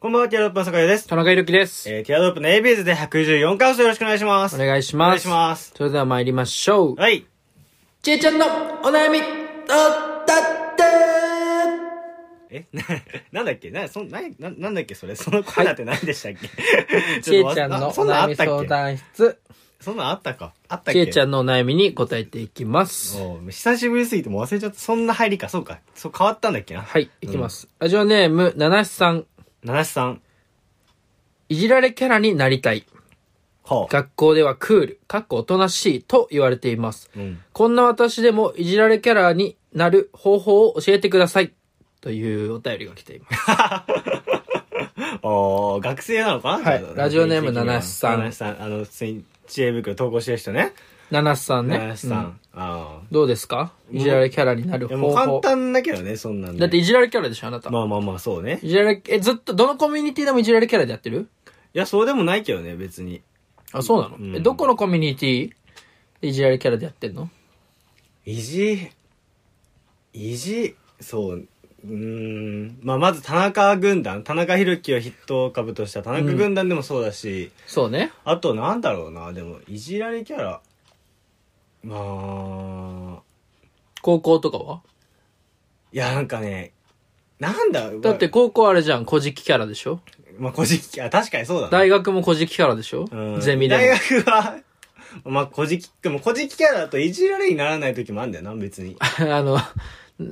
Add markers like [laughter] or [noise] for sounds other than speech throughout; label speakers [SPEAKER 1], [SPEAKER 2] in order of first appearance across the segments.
[SPEAKER 1] こんばんは、ティアドロップの坂井です。
[SPEAKER 2] 田中裕樹です。
[SPEAKER 1] えー、ティアドロップの a b ズで114回をよろしくお願いします。
[SPEAKER 2] お
[SPEAKER 1] いし
[SPEAKER 2] 願いします。
[SPEAKER 1] お願いします
[SPEAKER 2] それでは参りましょう。
[SPEAKER 1] はい。
[SPEAKER 2] ちえちゃんのお悩み、あだって
[SPEAKER 1] え [laughs] な、なんだっけな、そん、な、ななんだっけそれ [laughs] そのコーナーって何でしたっけ、 [laughs]
[SPEAKER 2] [laughs] ちえちゃんのお
[SPEAKER 1] あそんなんあ
[SPEAKER 2] 悩
[SPEAKER 1] っ
[SPEAKER 2] み
[SPEAKER 1] た
[SPEAKER 2] 相
[SPEAKER 1] っけ
[SPEAKER 2] 談室。
[SPEAKER 1] そんなんあったか。あったっ
[SPEAKER 2] ち
[SPEAKER 1] け
[SPEAKER 2] えちゃんのお悩みに答えていきます。
[SPEAKER 1] おう久しぶりすぎてもう忘れちゃった。そんな入りか。そうか。そう変わったんだっけな。
[SPEAKER 2] はい、いきます。ラジオネーム、七七さん。
[SPEAKER 1] 七七さん。
[SPEAKER 2] いじられキャラになりたい。
[SPEAKER 1] ほ
[SPEAKER 2] 学校ではクール、かっこおとなしいと言われています。
[SPEAKER 1] う。うん。
[SPEAKER 2] こんな私でもいじられキャラになる方法を教えてください。というお便りが来てい
[SPEAKER 1] [laughs]
[SPEAKER 2] ます。
[SPEAKER 1] おー学生なのかな
[SPEAKER 2] はい
[SPEAKER 1] ちょっと
[SPEAKER 2] ラジオネーム
[SPEAKER 1] 雰囲気的には
[SPEAKER 2] 七七さん
[SPEAKER 1] 七七さん。あの、普通に知恵袋投稿してる人ね。
[SPEAKER 2] 七七さんね。
[SPEAKER 1] 七七さ
[SPEAKER 2] うん
[SPEAKER 1] ん。あ
[SPEAKER 2] どうですかいじられキャラにな
[SPEAKER 1] あ。
[SPEAKER 2] る
[SPEAKER 1] いや、も
[SPEAKER 2] 方
[SPEAKER 1] う簡
[SPEAKER 2] 法。
[SPEAKER 1] 単だけどね、そんなんね
[SPEAKER 2] だっていじられキャラでしょあなた。
[SPEAKER 1] まあまあまあ、そうね。
[SPEAKER 2] いじられ、え、ずっと、どのコミュニティでもいじられキャラでやってる
[SPEAKER 1] いや、そうでもないけどね、別に。
[SPEAKER 2] あ、そうなの、
[SPEAKER 1] うん
[SPEAKER 2] え、どこのコミュニティでいじられキャラでやってんの
[SPEAKER 1] 意地、意地、そう、うーん。まあ、まず田中軍団、田中裕樹を筆頭株とした田中軍団でもそうだし、
[SPEAKER 2] そうね。
[SPEAKER 1] あとなんだろうな、でも、いじられキャラ。まあ、
[SPEAKER 2] 高校とかはい
[SPEAKER 1] や、なんかね、なんだ、
[SPEAKER 2] だって、高校あれじゃん、古事記キャラでしょ
[SPEAKER 1] まあ、個人あ、確かにそうだな
[SPEAKER 2] 大学も古事記キャラでしょ
[SPEAKER 1] うん
[SPEAKER 2] ゼミでも
[SPEAKER 1] 大。学は、 [laughs] まあ、こじき、でも、こじきキャラだといじられにならない時もあるんだよな、別に。
[SPEAKER 2] [laughs] あの、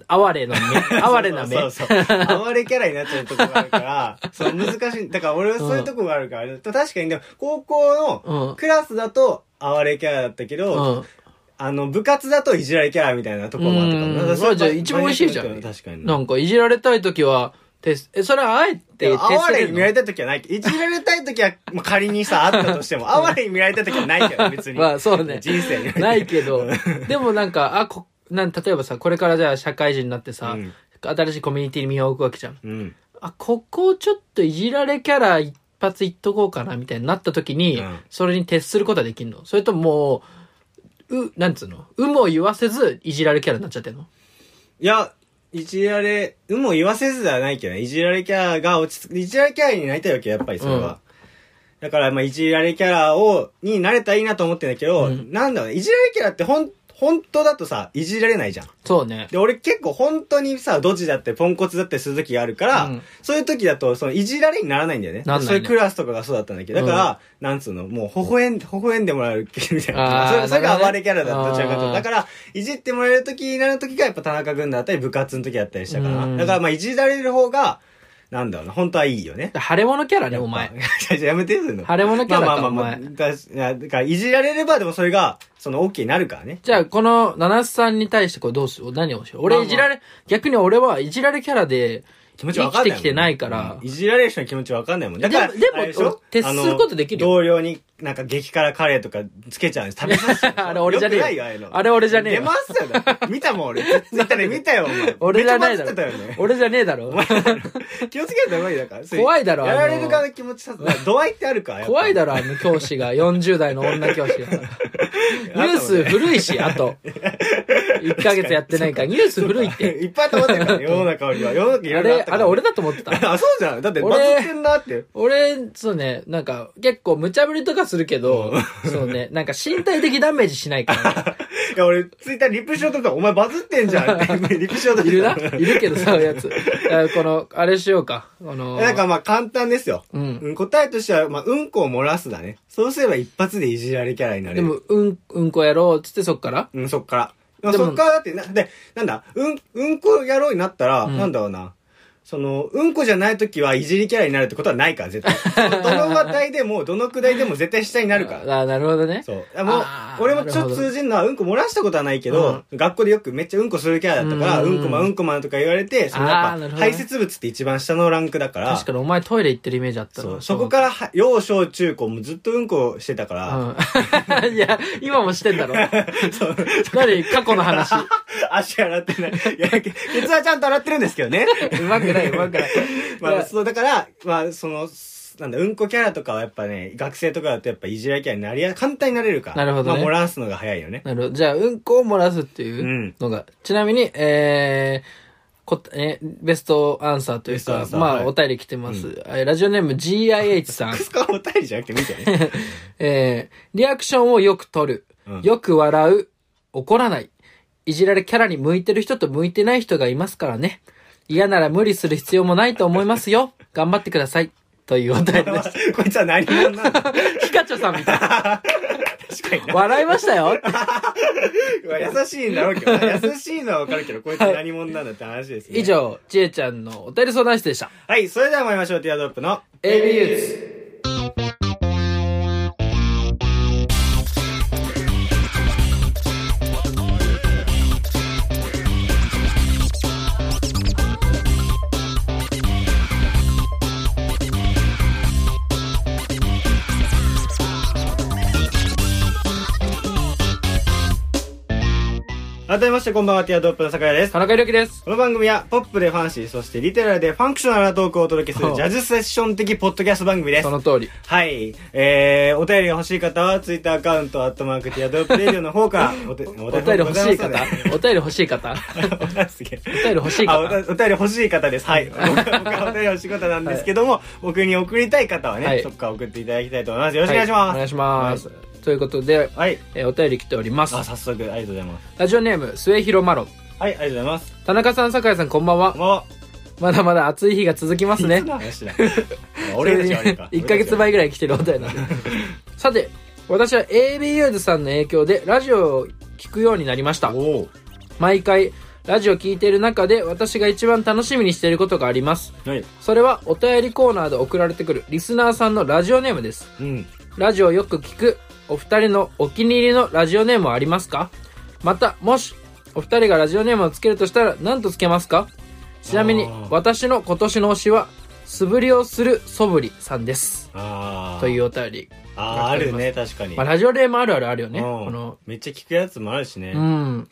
[SPEAKER 2] 哀れな
[SPEAKER 1] [laughs]
[SPEAKER 2] 目。哀れな目。
[SPEAKER 1] そうそうそう。哀れキャラになっちゃうとこがある
[SPEAKER 2] [laughs]
[SPEAKER 1] から、そう、難しい。だから俺はそういうとこがあるから、確かにでも、高校
[SPEAKER 2] うん
[SPEAKER 1] のクラスだと、哀れキャラだったけど、
[SPEAKER 2] うん。
[SPEAKER 1] あの、部活だといじられキャラみたいなとこもあったから
[SPEAKER 2] うん
[SPEAKER 1] だからそれ
[SPEAKER 2] まあじゃあ一番美味しいじゃん
[SPEAKER 1] マニアックなとこだよね確かに。
[SPEAKER 2] なんか、いじられたいときは、テスえ、それはあえ
[SPEAKER 1] で
[SPEAKER 2] て、テ
[SPEAKER 1] も
[SPEAKER 2] ス
[SPEAKER 1] 哀れ
[SPEAKER 2] る
[SPEAKER 1] に
[SPEAKER 2] の
[SPEAKER 1] 見られた時はないけど、いじられたい時は、まあ、仮にさ、あったと
[SPEAKER 2] [laughs]
[SPEAKER 1] しても、哀れに見られた時はないけど、別に。
[SPEAKER 2] まあそうね
[SPEAKER 1] [laughs] 人生において
[SPEAKER 2] ないけど、でもなんか、あ、こ、なん、例えばさ、これからじゃあ社会人になってさ、
[SPEAKER 1] うん
[SPEAKER 2] 新しいコミュニティに身を置くわけじゃん。
[SPEAKER 1] うん。
[SPEAKER 2] あ、ここをちょっといじられキャラ一発いっとこうかな、みたいになった時に、
[SPEAKER 1] うん
[SPEAKER 2] それに徹することはできんのそれとももう、う、なんつうの有無を言わせず、いじられキャラになっちゃってんの
[SPEAKER 1] いや、いじられ、うも言わせずではないけどね。いじられキャラが落ち着く、いじられキャラになりたいわけよ、やっぱりそれは。
[SPEAKER 2] うん
[SPEAKER 1] だから、まあ、いじられキャラを、になれたらいいなと思ってんだけど、
[SPEAKER 2] うん
[SPEAKER 1] なんだろうね、いじられキャラってほん、本当だとさ、いじられないじゃん。
[SPEAKER 2] そうね。
[SPEAKER 1] で、俺結構本当にさ、ドジだってポンコツだってする時があるから、
[SPEAKER 2] うん
[SPEAKER 1] そういう時だと、その、いじられにならないんだよね。
[SPEAKER 2] なんないね
[SPEAKER 1] そういうクラスとかがそうだったんだけど、だから、なんつうの、もう、微笑ん、微笑んでもらう、みたいな。
[SPEAKER 2] あー
[SPEAKER 1] それそれが
[SPEAKER 2] なるほ
[SPEAKER 1] 暴
[SPEAKER 2] どね
[SPEAKER 1] れキャラだった、どちらかという
[SPEAKER 2] あ
[SPEAKER 1] と。
[SPEAKER 2] ー
[SPEAKER 1] だから、いじってもらえる時になる時が、やっぱ田中軍だったり、部活の時だったりしたから。
[SPEAKER 2] うん
[SPEAKER 1] だから、まあ、いじられる方が、なんだろうな、本当はいいよね。
[SPEAKER 2] 腫れ物キャラね、
[SPEAKER 1] [laughs]
[SPEAKER 2] お前。
[SPEAKER 1] や。やめてよ、そういうの。
[SPEAKER 2] 腫れ物キャラか、
[SPEAKER 1] まあまあ
[SPEAKER 2] お
[SPEAKER 1] まあまあ、
[SPEAKER 2] 前。
[SPEAKER 1] だしいやだから、いじられれば、でもそれが、その、OK になるからね。
[SPEAKER 2] じゃあ、この、七須さんに対してこれどうする何をしよ
[SPEAKER 1] ま
[SPEAKER 2] う
[SPEAKER 1] あ
[SPEAKER 2] 俺、
[SPEAKER 1] まあ
[SPEAKER 2] いじられ、逆に俺はいじられキャラで、
[SPEAKER 1] 気持ちわかんないもん。
[SPEAKER 2] 生きてきてないから
[SPEAKER 1] うんいじられる人の気持ちわかんないもん。だから、
[SPEAKER 2] でもでも
[SPEAKER 1] あれしょ
[SPEAKER 2] 徹することできる
[SPEAKER 1] あ
[SPEAKER 2] よ
[SPEAKER 1] の同僚になんか激辛カレーとかつけちゃうんです。食べさせちゃう
[SPEAKER 2] [laughs] あれ俺じゃねえ
[SPEAKER 1] よ
[SPEAKER 2] よ
[SPEAKER 1] くないよ、あれの。
[SPEAKER 2] あれ俺じゃねえよ
[SPEAKER 1] 出ますよだって。見たもん、俺。見たね、見たよ、お前。
[SPEAKER 2] [laughs] 俺じゃな
[SPEAKER 1] め
[SPEAKER 2] いだ
[SPEAKER 1] っちゃ
[SPEAKER 2] ろ
[SPEAKER 1] バズってたよね。
[SPEAKER 2] 俺じゃねえだろ。
[SPEAKER 1] 気をつけないとやばいよだから。そうう
[SPEAKER 2] 怖いだろ
[SPEAKER 1] やられる側
[SPEAKER 2] あ
[SPEAKER 1] の気持ちさ、度合いってあるから。やっぱ
[SPEAKER 2] 怖いだろ、あの教師が。40代の女教
[SPEAKER 1] [laughs]
[SPEAKER 2] 師が。ニュース古いし、あと。1ヶ月やってないから、ニュース古いっ
[SPEAKER 1] [laughs]
[SPEAKER 2] て。
[SPEAKER 1] いっぱい溜まってる
[SPEAKER 2] [laughs]
[SPEAKER 1] からね、世の中には。世の中いろ
[SPEAKER 2] あ
[SPEAKER 1] いろっ
[SPEAKER 2] れ、
[SPEAKER 1] た
[SPEAKER 2] あ
[SPEAKER 1] から
[SPEAKER 2] れ俺だと思ってた。
[SPEAKER 1] [laughs] あ、そうじゃん。だって、バズ
[SPEAKER 2] 俺
[SPEAKER 1] ってんなって。
[SPEAKER 2] 俺、そうね、なんか、結構無茶ぶりとかするけど、そうね、なんか身体的ダメージしない
[SPEAKER 1] [laughs]
[SPEAKER 2] から。
[SPEAKER 1] いや、俺、ツイッターリプしようと思ったら、お前バズってんじゃんって。リプしようと
[SPEAKER 2] [laughs] い
[SPEAKER 1] 思っ
[SPEAKER 2] る
[SPEAKER 1] た
[SPEAKER 2] な
[SPEAKER 1] ら [laughs]
[SPEAKER 2] いるけど、そういうやつ。あこの、あれしようか。あの、
[SPEAKER 1] なんかまあ簡単ですよ。
[SPEAKER 2] うん
[SPEAKER 1] うん答えとしては、まあ、うんこを漏らすだね。そうすれば一発でいじられキャラになれ
[SPEAKER 2] で
[SPEAKER 1] る。
[SPEAKER 2] も、うん、うんこやろう、つってそっから。
[SPEAKER 1] うん、そっから。まあ
[SPEAKER 2] でも
[SPEAKER 1] そっからだってな、で、なんだ、うん、うんこやろうになったら、
[SPEAKER 2] うん
[SPEAKER 1] なんだろうな。その、うんこじゃない時はいじりキャラになるってことはないから、絶
[SPEAKER 2] [laughs]
[SPEAKER 1] 対。どの話題でも、どのくだりでも絶対下になるから。
[SPEAKER 2] あ、なるほどね。
[SPEAKER 1] そう。あもう
[SPEAKER 2] あ、ー
[SPEAKER 1] 俺もちょっ
[SPEAKER 2] なる
[SPEAKER 1] と
[SPEAKER 2] ほど
[SPEAKER 1] 通じるのは、うんこ漏らしたことはないけど、学校でよくめっちゃうんこするキャラだったから、
[SPEAKER 2] う
[SPEAKER 1] うんんこまんうんこまんとか言われて、そのや
[SPEAKER 2] あー
[SPEAKER 1] っ
[SPEAKER 2] な
[SPEAKER 1] ぱ、
[SPEAKER 2] るほどね
[SPEAKER 1] 排泄物って一番下のランクだから、
[SPEAKER 2] 確かにお前トイレ行ってるイメージあったな
[SPEAKER 1] そう。そこからは、幼少中高もずっとうんこしてたから、
[SPEAKER 2] うん。 [laughs] いや、今もしてんだろ。何過去
[SPEAKER 1] [laughs]
[SPEAKER 2] の話。
[SPEAKER 1] [laughs] 足洗ってない。いや、ケツはちゃんと洗ってるんですけど
[SPEAKER 2] [laughs]
[SPEAKER 1] ね。
[SPEAKER 2] うまくない、うまくない。
[SPEAKER 1] [laughs] まあ、そう、だから、まあ、その、なんだ、うんこキャラとかはやっぱね、学生とかだとやっぱいじられキャラになりや、簡単になれるから。
[SPEAKER 2] なるほどね
[SPEAKER 1] まあ、漏らすのが早いよね。
[SPEAKER 2] なるほど。じゃあ、うんこを漏らすっていうのが。ちなみに、えー、こえベストアンサーという
[SPEAKER 1] ベ
[SPEAKER 2] か、
[SPEAKER 1] ストアンサー
[SPEAKER 2] ま
[SPEAKER 1] は
[SPEAKER 2] あ、
[SPEAKER 1] い
[SPEAKER 2] お便り来てます。えラジオネーム GIH さん
[SPEAKER 1] ク。スカお便りじゃなくてもいいじゃ
[SPEAKER 2] [laughs]
[SPEAKER 1] ない
[SPEAKER 2] えーリアクションをよく取る、
[SPEAKER 1] うん
[SPEAKER 2] よく笑う、怒らない、いじられキャラに向いてる人と向いてない人がいますからね。嫌なら無理する必要もないと思いま
[SPEAKER 1] [laughs]
[SPEAKER 2] すよ。頑張ってください。というお便りです。
[SPEAKER 1] こいつは何者なの確
[SPEAKER 2] ピカチュウさんみたい。
[SPEAKER 1] か
[SPEAKER 2] [laughs]
[SPEAKER 1] にな。
[SPEAKER 2] 笑いましたよ。
[SPEAKER 1] 優しいんだろうけどな、優しいのはわかるけど、こいつ何者なんだって話ですね。
[SPEAKER 2] 以。上、ちえちゃんのお便り相談室でした。
[SPEAKER 1] はい、それでは参りましょう。ティアドロップの。
[SPEAKER 2] AB ユーズ。
[SPEAKER 1] 改めまして、こんばんは。ティアドロップの酒屋です。
[SPEAKER 2] 田中裕樹です。
[SPEAKER 1] この番組はポップでファンシー、そしてリテラルでファンクショナルなトークをお届けす
[SPEAKER 2] は
[SPEAKER 1] る
[SPEAKER 2] あ
[SPEAKER 1] ジャズセッション的ポッドキャスト番組です
[SPEAKER 2] そ。の通り。
[SPEAKER 1] はい。えー、お便りが欲しい方は、ツイッターアカウント、アットマークティアドロップレディオの方から、お手お便
[SPEAKER 2] お便り欲しい
[SPEAKER 1] ござ
[SPEAKER 2] 方
[SPEAKER 1] ますので
[SPEAKER 2] お便り欲しい方
[SPEAKER 1] すげえ
[SPEAKER 2] お便り欲しい
[SPEAKER 1] あお
[SPEAKER 2] 方
[SPEAKER 1] たお便り欲しい方です。はい。僕はお便り欲しい方なんですけども、僕に送りたい方はね、
[SPEAKER 2] はい
[SPEAKER 1] そっから送っていただきたいと思い [laughs] ます。よろしくお願いします。
[SPEAKER 2] はお願いします。ということで、
[SPEAKER 1] はい。
[SPEAKER 2] えーお便り来ております
[SPEAKER 1] あ、。早速、ありがとうございます。
[SPEAKER 2] ラジオネーム、末広マロン。
[SPEAKER 1] はい、ありがとうございます。
[SPEAKER 2] 田中さん、酒井さん、こんばんは。
[SPEAKER 1] もう、
[SPEAKER 2] まだまだ暑い日が続きますね
[SPEAKER 1] いつ。の話
[SPEAKER 2] [laughs]
[SPEAKER 1] だ。 [laughs] 俺たち悪いか。
[SPEAKER 2] 1ヶ月前ぐらい来てるお便りなんで。 [laughs] さて、私は ABU ズさんの影響でラジオを聞くようになりました。
[SPEAKER 1] おお。
[SPEAKER 2] 毎回、ラジオ聞いている中で私が一番楽しみにしていることがあります。
[SPEAKER 1] はい。
[SPEAKER 2] それはお便りコーナーで送られてくるリスナーさんのラジオネームです。
[SPEAKER 1] うん。
[SPEAKER 2] ラジオをよく聞くお二人のお気に入りのラジオネームはありますかまた、もしお二人がラジオネームをつけるとしたら何とつけますかちなみ
[SPEAKER 1] あ
[SPEAKER 2] に
[SPEAKER 1] ー
[SPEAKER 2] 私の今年の推しは素振りをする素振りさんです。
[SPEAKER 1] ああ。
[SPEAKER 2] というお便り。
[SPEAKER 1] あーあるね確かに、
[SPEAKER 2] まあ、ラジオネームあるあるあるよね。
[SPEAKER 1] うん
[SPEAKER 2] この、
[SPEAKER 1] めっちゃ聞くやつもあるしね、
[SPEAKER 2] うん。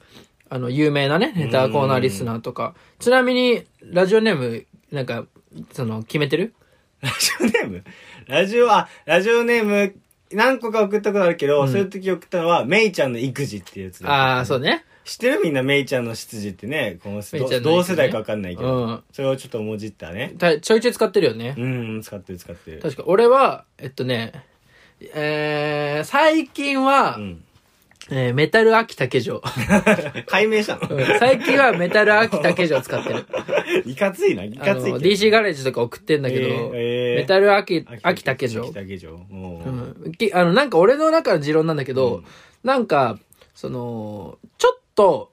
[SPEAKER 2] あの、有名なね、ネタコーナーリスナーとか。ちなみに、ラジオネーム、なんか、その、決めてる
[SPEAKER 1] [laughs] ラジオネームラジオあラジオネーム何個か送ったことあるけど、そういう時送ったのはメイちゃんの育児っていうやつだ
[SPEAKER 2] ああ、そうね。
[SPEAKER 1] 知ってるみんなメイちゃんの出自ってねこの
[SPEAKER 2] めいちゃんの
[SPEAKER 1] ど同世代か分かんないけど、
[SPEAKER 2] うん
[SPEAKER 1] それをちょっともじったね
[SPEAKER 2] たちょいちょい使ってるよね。
[SPEAKER 1] うん使ってる使ってる
[SPEAKER 2] 確か、俺は、えっとね、えー、最近は、
[SPEAKER 1] ん [laughs]
[SPEAKER 2] えーメタル秋竹城。
[SPEAKER 1] 解明したの、
[SPEAKER 2] うん最近はメタル秋竹城使ってる。
[SPEAKER 1] [laughs] いかついない
[SPEAKER 2] あ
[SPEAKER 1] かつい
[SPEAKER 2] の、
[SPEAKER 1] けど
[SPEAKER 2] DC ガレージとか送ってんだけど、
[SPEAKER 1] えーえー
[SPEAKER 2] メタル秋秋竹
[SPEAKER 1] 秋
[SPEAKER 2] 城。
[SPEAKER 1] 竹城もう
[SPEAKER 2] うん、きあの、なんか俺の中の持論なんだけど、なんか、その、ちょっと、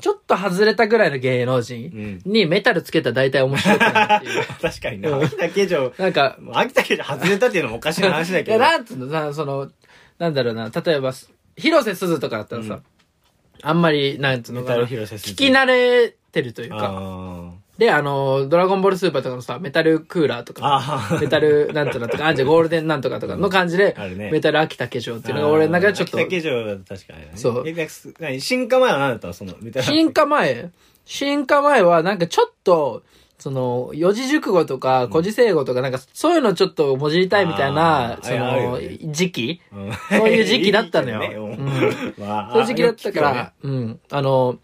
[SPEAKER 2] ちょっと外れたぐらいの芸能人にメタルつけたら大体面白くなるっていう。
[SPEAKER 1] [laughs] [laughs] 確かにね秋竹城
[SPEAKER 2] なんか、
[SPEAKER 1] 秋竹城外れたっていうのもおかしな話だけ
[SPEAKER 2] いや、
[SPEAKER 1] ど
[SPEAKER 2] なんつうの、なその、なんだろうな、例えば、広瀬すずとかだったらさ、あんまり、なんつうの
[SPEAKER 1] メ
[SPEAKER 2] か
[SPEAKER 1] タ
[SPEAKER 2] な、
[SPEAKER 1] ル広瀬すず
[SPEAKER 2] 聞き慣れてるというか、
[SPEAKER 1] あー
[SPEAKER 2] で、あの、ドラゴンボールスーパーとかのさ、メタルクーラーとか、
[SPEAKER 1] あー
[SPEAKER 2] メタルなんとかとか、あんじゃゴールデンなんとかとかの感じで
[SPEAKER 1] ある、ね
[SPEAKER 2] メタル秋竹城っていうのが俺の中でちょっと、
[SPEAKER 1] 竹城は確かにね。
[SPEAKER 2] そう
[SPEAKER 1] えなんかす何進化前は何だったのその、みたいな。
[SPEAKER 2] 進化前進化前はなんかちょっと、その、四字熟語とか、古事成語とか、なんか、そういうのちょっと文字りたいみたいな
[SPEAKER 1] あ、ー
[SPEAKER 2] そ
[SPEAKER 1] あるよ
[SPEAKER 2] の
[SPEAKER 1] ね、
[SPEAKER 2] 時期
[SPEAKER 1] うん
[SPEAKER 2] そういう時期だったの
[SPEAKER 1] [laughs]
[SPEAKER 2] よ
[SPEAKER 1] いいけどねうんまあ
[SPEAKER 2] そういう時期だったか
[SPEAKER 1] よ
[SPEAKER 2] ら、うん。あの、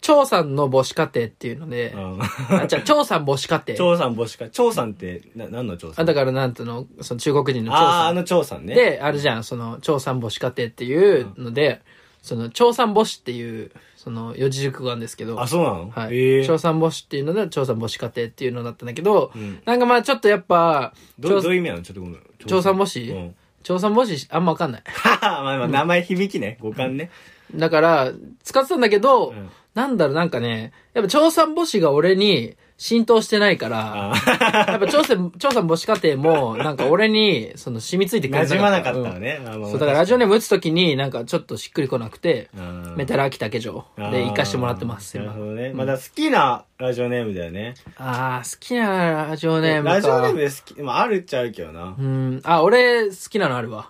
[SPEAKER 2] 張さんの母子家庭っていうので
[SPEAKER 1] く、聞くよねうん
[SPEAKER 2] あ、じゃあ、張さん母子家庭。
[SPEAKER 1] 張さん母子か。張さんって、な、何の張さ
[SPEAKER 2] あ、
[SPEAKER 1] ん
[SPEAKER 2] だからなんとの、その中国人の張
[SPEAKER 1] あー、
[SPEAKER 2] さ
[SPEAKER 1] あ
[SPEAKER 2] ん。
[SPEAKER 1] の張さんね。
[SPEAKER 2] で、あるじゃん、その、張さん母子家庭っていうので、その、張さん母子っていう、その、四字熟語なんですけど、
[SPEAKER 1] あ、そうなの
[SPEAKER 2] はい。
[SPEAKER 1] えー
[SPEAKER 2] 張さん母子っていうので、張さん母子家庭っていうのだったんだけど、
[SPEAKER 1] ん
[SPEAKER 2] なんかまあちょっとやっぱ、
[SPEAKER 1] どう、ど
[SPEAKER 2] 張
[SPEAKER 1] ういう意味なのちょっとごめん。
[SPEAKER 2] 張さん母
[SPEAKER 1] う
[SPEAKER 2] 子
[SPEAKER 1] ん [laughs]
[SPEAKER 2] 張さん母子あんまわかんない。
[SPEAKER 1] ははまあまあ、名前響きね。五感ね。
[SPEAKER 2] だから、使ってたんだけど、
[SPEAKER 1] うん
[SPEAKER 2] なんだろう、なんかね、やっぱ調査母子が俺に浸透してないから、
[SPEAKER 1] あー
[SPEAKER 2] やっぱ調査、調査母子家庭も、なんか俺に、その、染みついてくれ
[SPEAKER 1] 馴
[SPEAKER 2] なか
[SPEAKER 1] 染まな
[SPEAKER 2] った。
[SPEAKER 1] かったわね。あ
[SPEAKER 2] う
[SPEAKER 1] まあ
[SPEAKER 2] んそう、だからラジオネ
[SPEAKER 1] ー
[SPEAKER 2] ーム打つときに、なんかちょっとしっくりこなくて、
[SPEAKER 1] ム
[SPEAKER 2] メタル秋竹城で行かしてもらってます、
[SPEAKER 1] なる
[SPEAKER 2] 今。
[SPEAKER 1] ほどね。まだ好きなラジオネームだよね。
[SPEAKER 2] あー、好きなラジオネームか。
[SPEAKER 1] ラジオネームで好き、まあ、あるっちゃあるけどな [laughs]
[SPEAKER 2] う。ん、あ、俺、好きなのあるわ。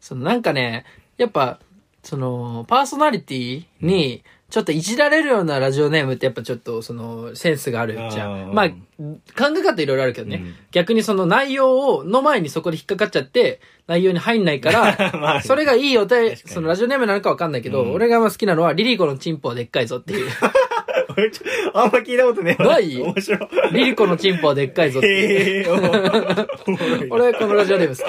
[SPEAKER 2] その、なんかね、やっぱ、その、パーソナリティに、ちょっといじられるようなラジオネームってやっぱちょっと、その、センスがあるじゃ
[SPEAKER 1] あ
[SPEAKER 2] ん。
[SPEAKER 1] ー
[SPEAKER 2] まあ、考え方いろいろあるけどね。
[SPEAKER 1] うん
[SPEAKER 2] 逆にその内容を、の前にそこで引っかかっちゃって、内容に入んないか
[SPEAKER 1] [laughs] ま
[SPEAKER 2] ら、
[SPEAKER 1] あ
[SPEAKER 2] それがいいお便り、
[SPEAKER 1] 確かに
[SPEAKER 2] そのラジオネームなのかわかんないけど、
[SPEAKER 1] うん [laughs]
[SPEAKER 2] 俺がまあ好きなのは、リリコのチンポはでっかいぞっていう。
[SPEAKER 1] 俺ちょあんま聞いたことねえわ。
[SPEAKER 2] ない
[SPEAKER 1] 面白い。
[SPEAKER 2] リリコのチンポはでっかいぞって
[SPEAKER 1] [laughs]
[SPEAKER 2] い
[SPEAKER 1] へ
[SPEAKER 2] う。
[SPEAKER 1] え、おもろいな
[SPEAKER 2] 俺、このラジオネーム好
[SPEAKER 1] [laughs]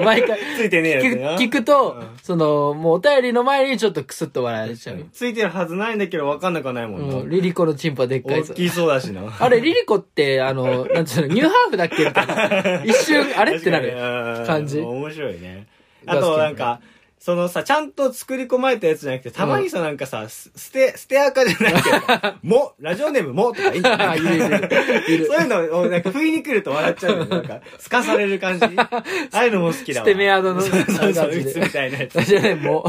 [SPEAKER 2] き。毎回、
[SPEAKER 1] ついてねえやつ
[SPEAKER 2] 聞
[SPEAKER 1] な
[SPEAKER 2] く聞くと、その、もうお便りの前にちょっとクスッと笑えちゃう。
[SPEAKER 1] ついてるはずないんだけど分かんなくはないもんな。
[SPEAKER 2] うん、リリコのチンポはでっかい
[SPEAKER 1] 大
[SPEAKER 2] ぞ。
[SPEAKER 1] きそうだしな。
[SPEAKER 2] あれ、リリコって、あ
[SPEAKER 1] [laughs]
[SPEAKER 2] の、なんつうの、ニューハーフだっけみたいな。一瞬、あれってなる。
[SPEAKER 1] る
[SPEAKER 2] 感じ
[SPEAKER 1] 面白いね。
[SPEAKER 2] が
[SPEAKER 1] あ
[SPEAKER 2] 好き
[SPEAKER 1] となんか、そのさ、ちゃんと作り込まれたやつじゃなくて、たまにさ、なんかさ、す捨て、捨て垢じゃないけ
[SPEAKER 2] [laughs]
[SPEAKER 1] ど、も、ラジオネームもとかいいんだ
[SPEAKER 2] いるいるいる。
[SPEAKER 1] そういうのを、なんか、不意に来ると笑っちゃうのよ。なんか、透かされる
[SPEAKER 2] [laughs]
[SPEAKER 1] 感じ。ああいうのも好きだ
[SPEAKER 2] ス
[SPEAKER 1] わ。
[SPEAKER 2] テメアドの
[SPEAKER 1] そうそうそう、
[SPEAKER 2] 感じ
[SPEAKER 1] いつ
[SPEAKER 2] で
[SPEAKER 1] みたいなやつ。
[SPEAKER 2] ラジ [laughs] オネームも。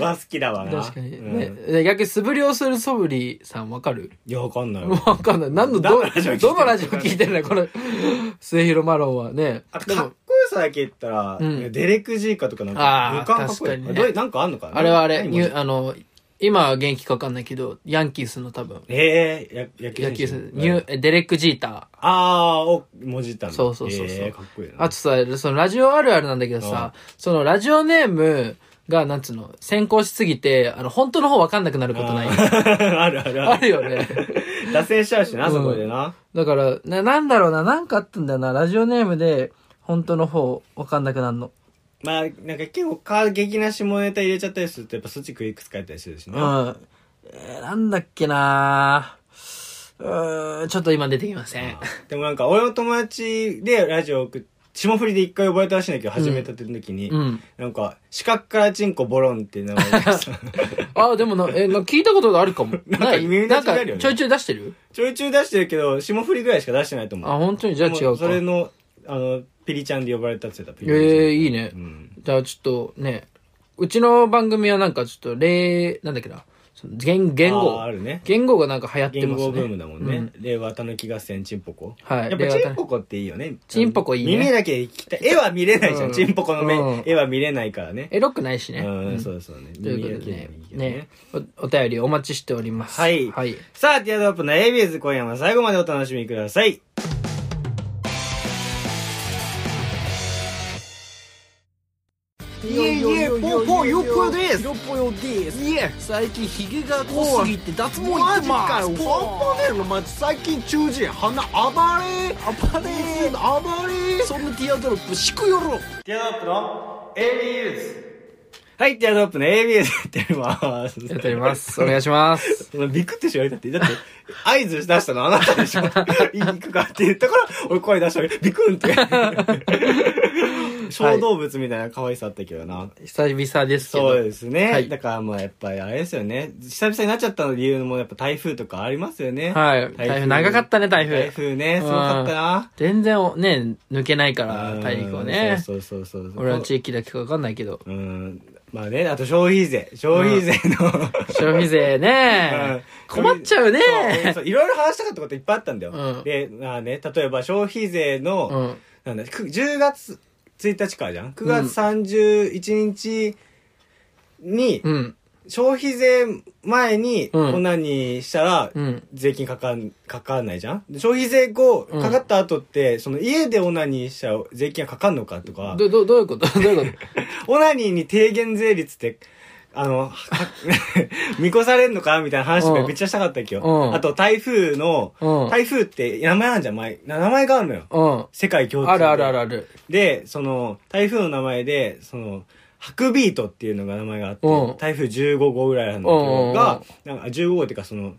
[SPEAKER 1] は好きだわな。
[SPEAKER 2] 確かに。ね
[SPEAKER 1] うん。
[SPEAKER 2] で逆に素振りをする素振りさんわかる
[SPEAKER 1] いや、わかんないわ。
[SPEAKER 2] わかんない。何の
[SPEAKER 1] ど
[SPEAKER 2] ど
[SPEAKER 1] のラジオ聞い、てる
[SPEAKER 2] どのラジオ聞いてるんだ、この、末広マロンはね。
[SPEAKER 1] あと
[SPEAKER 2] で
[SPEAKER 1] かっ
[SPEAKER 2] も
[SPEAKER 1] こ、よさだけ言ったら、
[SPEAKER 2] うん
[SPEAKER 1] デレク・ジーカとかなん
[SPEAKER 2] あー
[SPEAKER 1] か、かっこいい
[SPEAKER 2] 確かにね
[SPEAKER 1] どういうなんかあんのかな
[SPEAKER 2] あれはあれ、
[SPEAKER 1] 何
[SPEAKER 2] ニュ
[SPEAKER 1] も
[SPEAKER 2] ーあの、今は元気かわかんないけど、ヤンキースの多分、
[SPEAKER 1] ええー、や野球
[SPEAKER 2] 野球
[SPEAKER 1] 選
[SPEAKER 2] 選
[SPEAKER 1] 手
[SPEAKER 2] 手、ニュー、えデレック・ジーター。
[SPEAKER 1] ああー、をもじったの。
[SPEAKER 2] そうそうそうそう
[SPEAKER 1] えーかっこいいな。
[SPEAKER 2] あとさ、そのラジオあるあるなんだけどさ、そのラジオネームが、なんつうの、先行しすぎて、あの、本当の方わかんなくなることない。 [laughs] あ
[SPEAKER 1] [laughs] ああるあるある。
[SPEAKER 2] るよね。
[SPEAKER 1] 脱線しちゃうしな、そこでな。
[SPEAKER 2] だから、な、なんだろうな、なんかあったんだよな、ラジオネームで、本当の方わかんなくなるの。
[SPEAKER 1] まあ、なんか結構過激な下ネタ入れちゃったりすると、やっぱそっち食いくつかれたりするし
[SPEAKER 2] う
[SPEAKER 1] な。
[SPEAKER 2] ん。えーなんだっけなうーん、ちょっと今出てきません。
[SPEAKER 1] でもなんか、俺の友達でラジオ送っ霜降りで一回呼ばれたらしいんだけど、始めたての時に、
[SPEAKER 2] うん。
[SPEAKER 1] なんか、四角からチンコボロンっていう名前で
[SPEAKER 2] [laughs]
[SPEAKER 1] さ
[SPEAKER 2] あ、でもな、え、な聞いたことあるかも。
[SPEAKER 1] [laughs] なんか
[SPEAKER 2] ない
[SPEAKER 1] 耳
[SPEAKER 2] な
[SPEAKER 1] の違
[SPEAKER 2] ん
[SPEAKER 1] い
[SPEAKER 2] か
[SPEAKER 1] あるよね
[SPEAKER 2] ちょいちょい出してる
[SPEAKER 1] ちょいちょい出してるけど、霜降りぐらいしか出してないと思う。
[SPEAKER 2] あ、本当にじゃあ違
[SPEAKER 1] も
[SPEAKER 2] う
[SPEAKER 1] そ
[SPEAKER 2] か。
[SPEAKER 1] れ
[SPEAKER 2] え
[SPEAKER 1] の、あの、ピリちゃんで呼ばれたって言ってた、ピリちゃん。
[SPEAKER 2] ー、いいね。
[SPEAKER 1] うん。
[SPEAKER 2] じゃあちょっとね、うちの番組はなんかちょっと例、なんだっけな、その言言
[SPEAKER 1] あー
[SPEAKER 2] 語
[SPEAKER 1] あ、るね。
[SPEAKER 2] 言語がなんか流行って
[SPEAKER 1] 言
[SPEAKER 2] ます
[SPEAKER 1] 語ブー
[SPEAKER 2] ね。
[SPEAKER 1] ムだもんね。令和たぬき合戦、チンポコ。
[SPEAKER 2] はい
[SPEAKER 1] やっ
[SPEAKER 2] 令
[SPEAKER 1] ぱ
[SPEAKER 2] 和た
[SPEAKER 1] チンポコっていいよね。
[SPEAKER 2] チンポコいいね
[SPEAKER 1] 耳だけ聞きたい。絵は見れないじゃ。
[SPEAKER 2] うんん
[SPEAKER 1] チンポコの目
[SPEAKER 2] うん、
[SPEAKER 1] 絵は見れないからね。
[SPEAKER 2] エロくないしね。
[SPEAKER 1] うん、そうそうね。
[SPEAKER 2] と
[SPEAKER 1] 耳
[SPEAKER 2] いう
[SPEAKER 1] だ
[SPEAKER 2] こ
[SPEAKER 1] け
[SPEAKER 2] とでね
[SPEAKER 1] でいい、けど
[SPEAKER 2] ね、おお便りお待ちしております。
[SPEAKER 1] はい
[SPEAKER 2] はい。
[SPEAKER 1] さあ、ティアドロップの ABS 今夜も最後までお楽しみください。いえいえ、ポーポー、よっぽよです。
[SPEAKER 2] よっぽよです。
[SPEAKER 1] いえ、
[SPEAKER 2] 最近ヒゲが濃すぎて脱毛行
[SPEAKER 1] マ
[SPEAKER 2] って
[SPEAKER 1] ジ
[SPEAKER 2] ま
[SPEAKER 1] か
[SPEAKER 2] す
[SPEAKER 1] よ。。
[SPEAKER 2] ポ
[SPEAKER 1] ポ
[SPEAKER 2] ー
[SPEAKER 1] ンポネルの街、最近中耳炎、鼻、暴れ暴れ暴れ
[SPEAKER 2] そんなティアドロップ敷くよろ。
[SPEAKER 1] ティアドロップの ABS。はい、ティアドロップの ABS やってます。
[SPEAKER 2] やっております。お願いします。
[SPEAKER 1] そんなビクってし言われたって、だって、合図出したのあなたで
[SPEAKER 2] [laughs]
[SPEAKER 1] しょ。いいくかって言ったから、俺声出したのにビクンっ
[SPEAKER 2] [laughs]
[SPEAKER 1] て。 [laughs] 小動物みたいな可愛さあったけどな。
[SPEAKER 2] 久々ですけど。
[SPEAKER 1] そうですね。
[SPEAKER 2] はい
[SPEAKER 1] だからまあやっぱりあれですよね。久々になっちゃったの理由もやっぱ台風とかありますよね。
[SPEAKER 2] はい。台風長かったね、台風。
[SPEAKER 1] 台風ね、すごかったな。
[SPEAKER 2] 全然おね抜けないから
[SPEAKER 1] うん
[SPEAKER 2] 大陸をね
[SPEAKER 1] そうそうそうそう。
[SPEAKER 2] 俺の地域だけか分かんないけど
[SPEAKER 1] うん。まあね、あと消費税。消費税の、
[SPEAKER 2] 消費
[SPEAKER 1] [laughs]
[SPEAKER 2] 税
[SPEAKER 1] う
[SPEAKER 2] ね
[SPEAKER 1] ん
[SPEAKER 2] 困っちゃうね
[SPEAKER 1] そうそういろいろ話したかったこといっぱいあったんだよ。
[SPEAKER 2] うん
[SPEAKER 1] で、まあね、例えば消費税の、
[SPEAKER 2] うん
[SPEAKER 1] なんだ、く10月1日からじゃん ?9 月31日に、
[SPEAKER 2] うん
[SPEAKER 1] 消費税前に、
[SPEAKER 2] うん
[SPEAKER 1] こんなにしたら
[SPEAKER 2] う、ん
[SPEAKER 1] 税金かかん、かかんないじゃんで消費税後、
[SPEAKER 2] うん
[SPEAKER 1] かかった後って、その家でオナニーしちゃう税金がかかんのかとか、
[SPEAKER 2] どどどういうこと [laughs] どういうこ
[SPEAKER 1] オナニーに低減税率って、あの、 [laughs] は見越されんのかみたいな話とかめっちゃしたかったっけ
[SPEAKER 2] う
[SPEAKER 1] よ。
[SPEAKER 2] ん
[SPEAKER 1] あと台風の、
[SPEAKER 2] と
[SPEAKER 1] 台風って名前あるじゃん、前。名前があるのよ。
[SPEAKER 2] うんうん
[SPEAKER 1] 世界共通で。
[SPEAKER 2] あるあるあるある
[SPEAKER 1] で、その、台風の名前で、その、ハクビートっていうのが名前があって
[SPEAKER 2] うん、
[SPEAKER 1] 台風15号ぐらいなんだけ
[SPEAKER 2] うんうんう
[SPEAKER 1] ど、
[SPEAKER 2] ん
[SPEAKER 1] が、なんか15号っていうかその、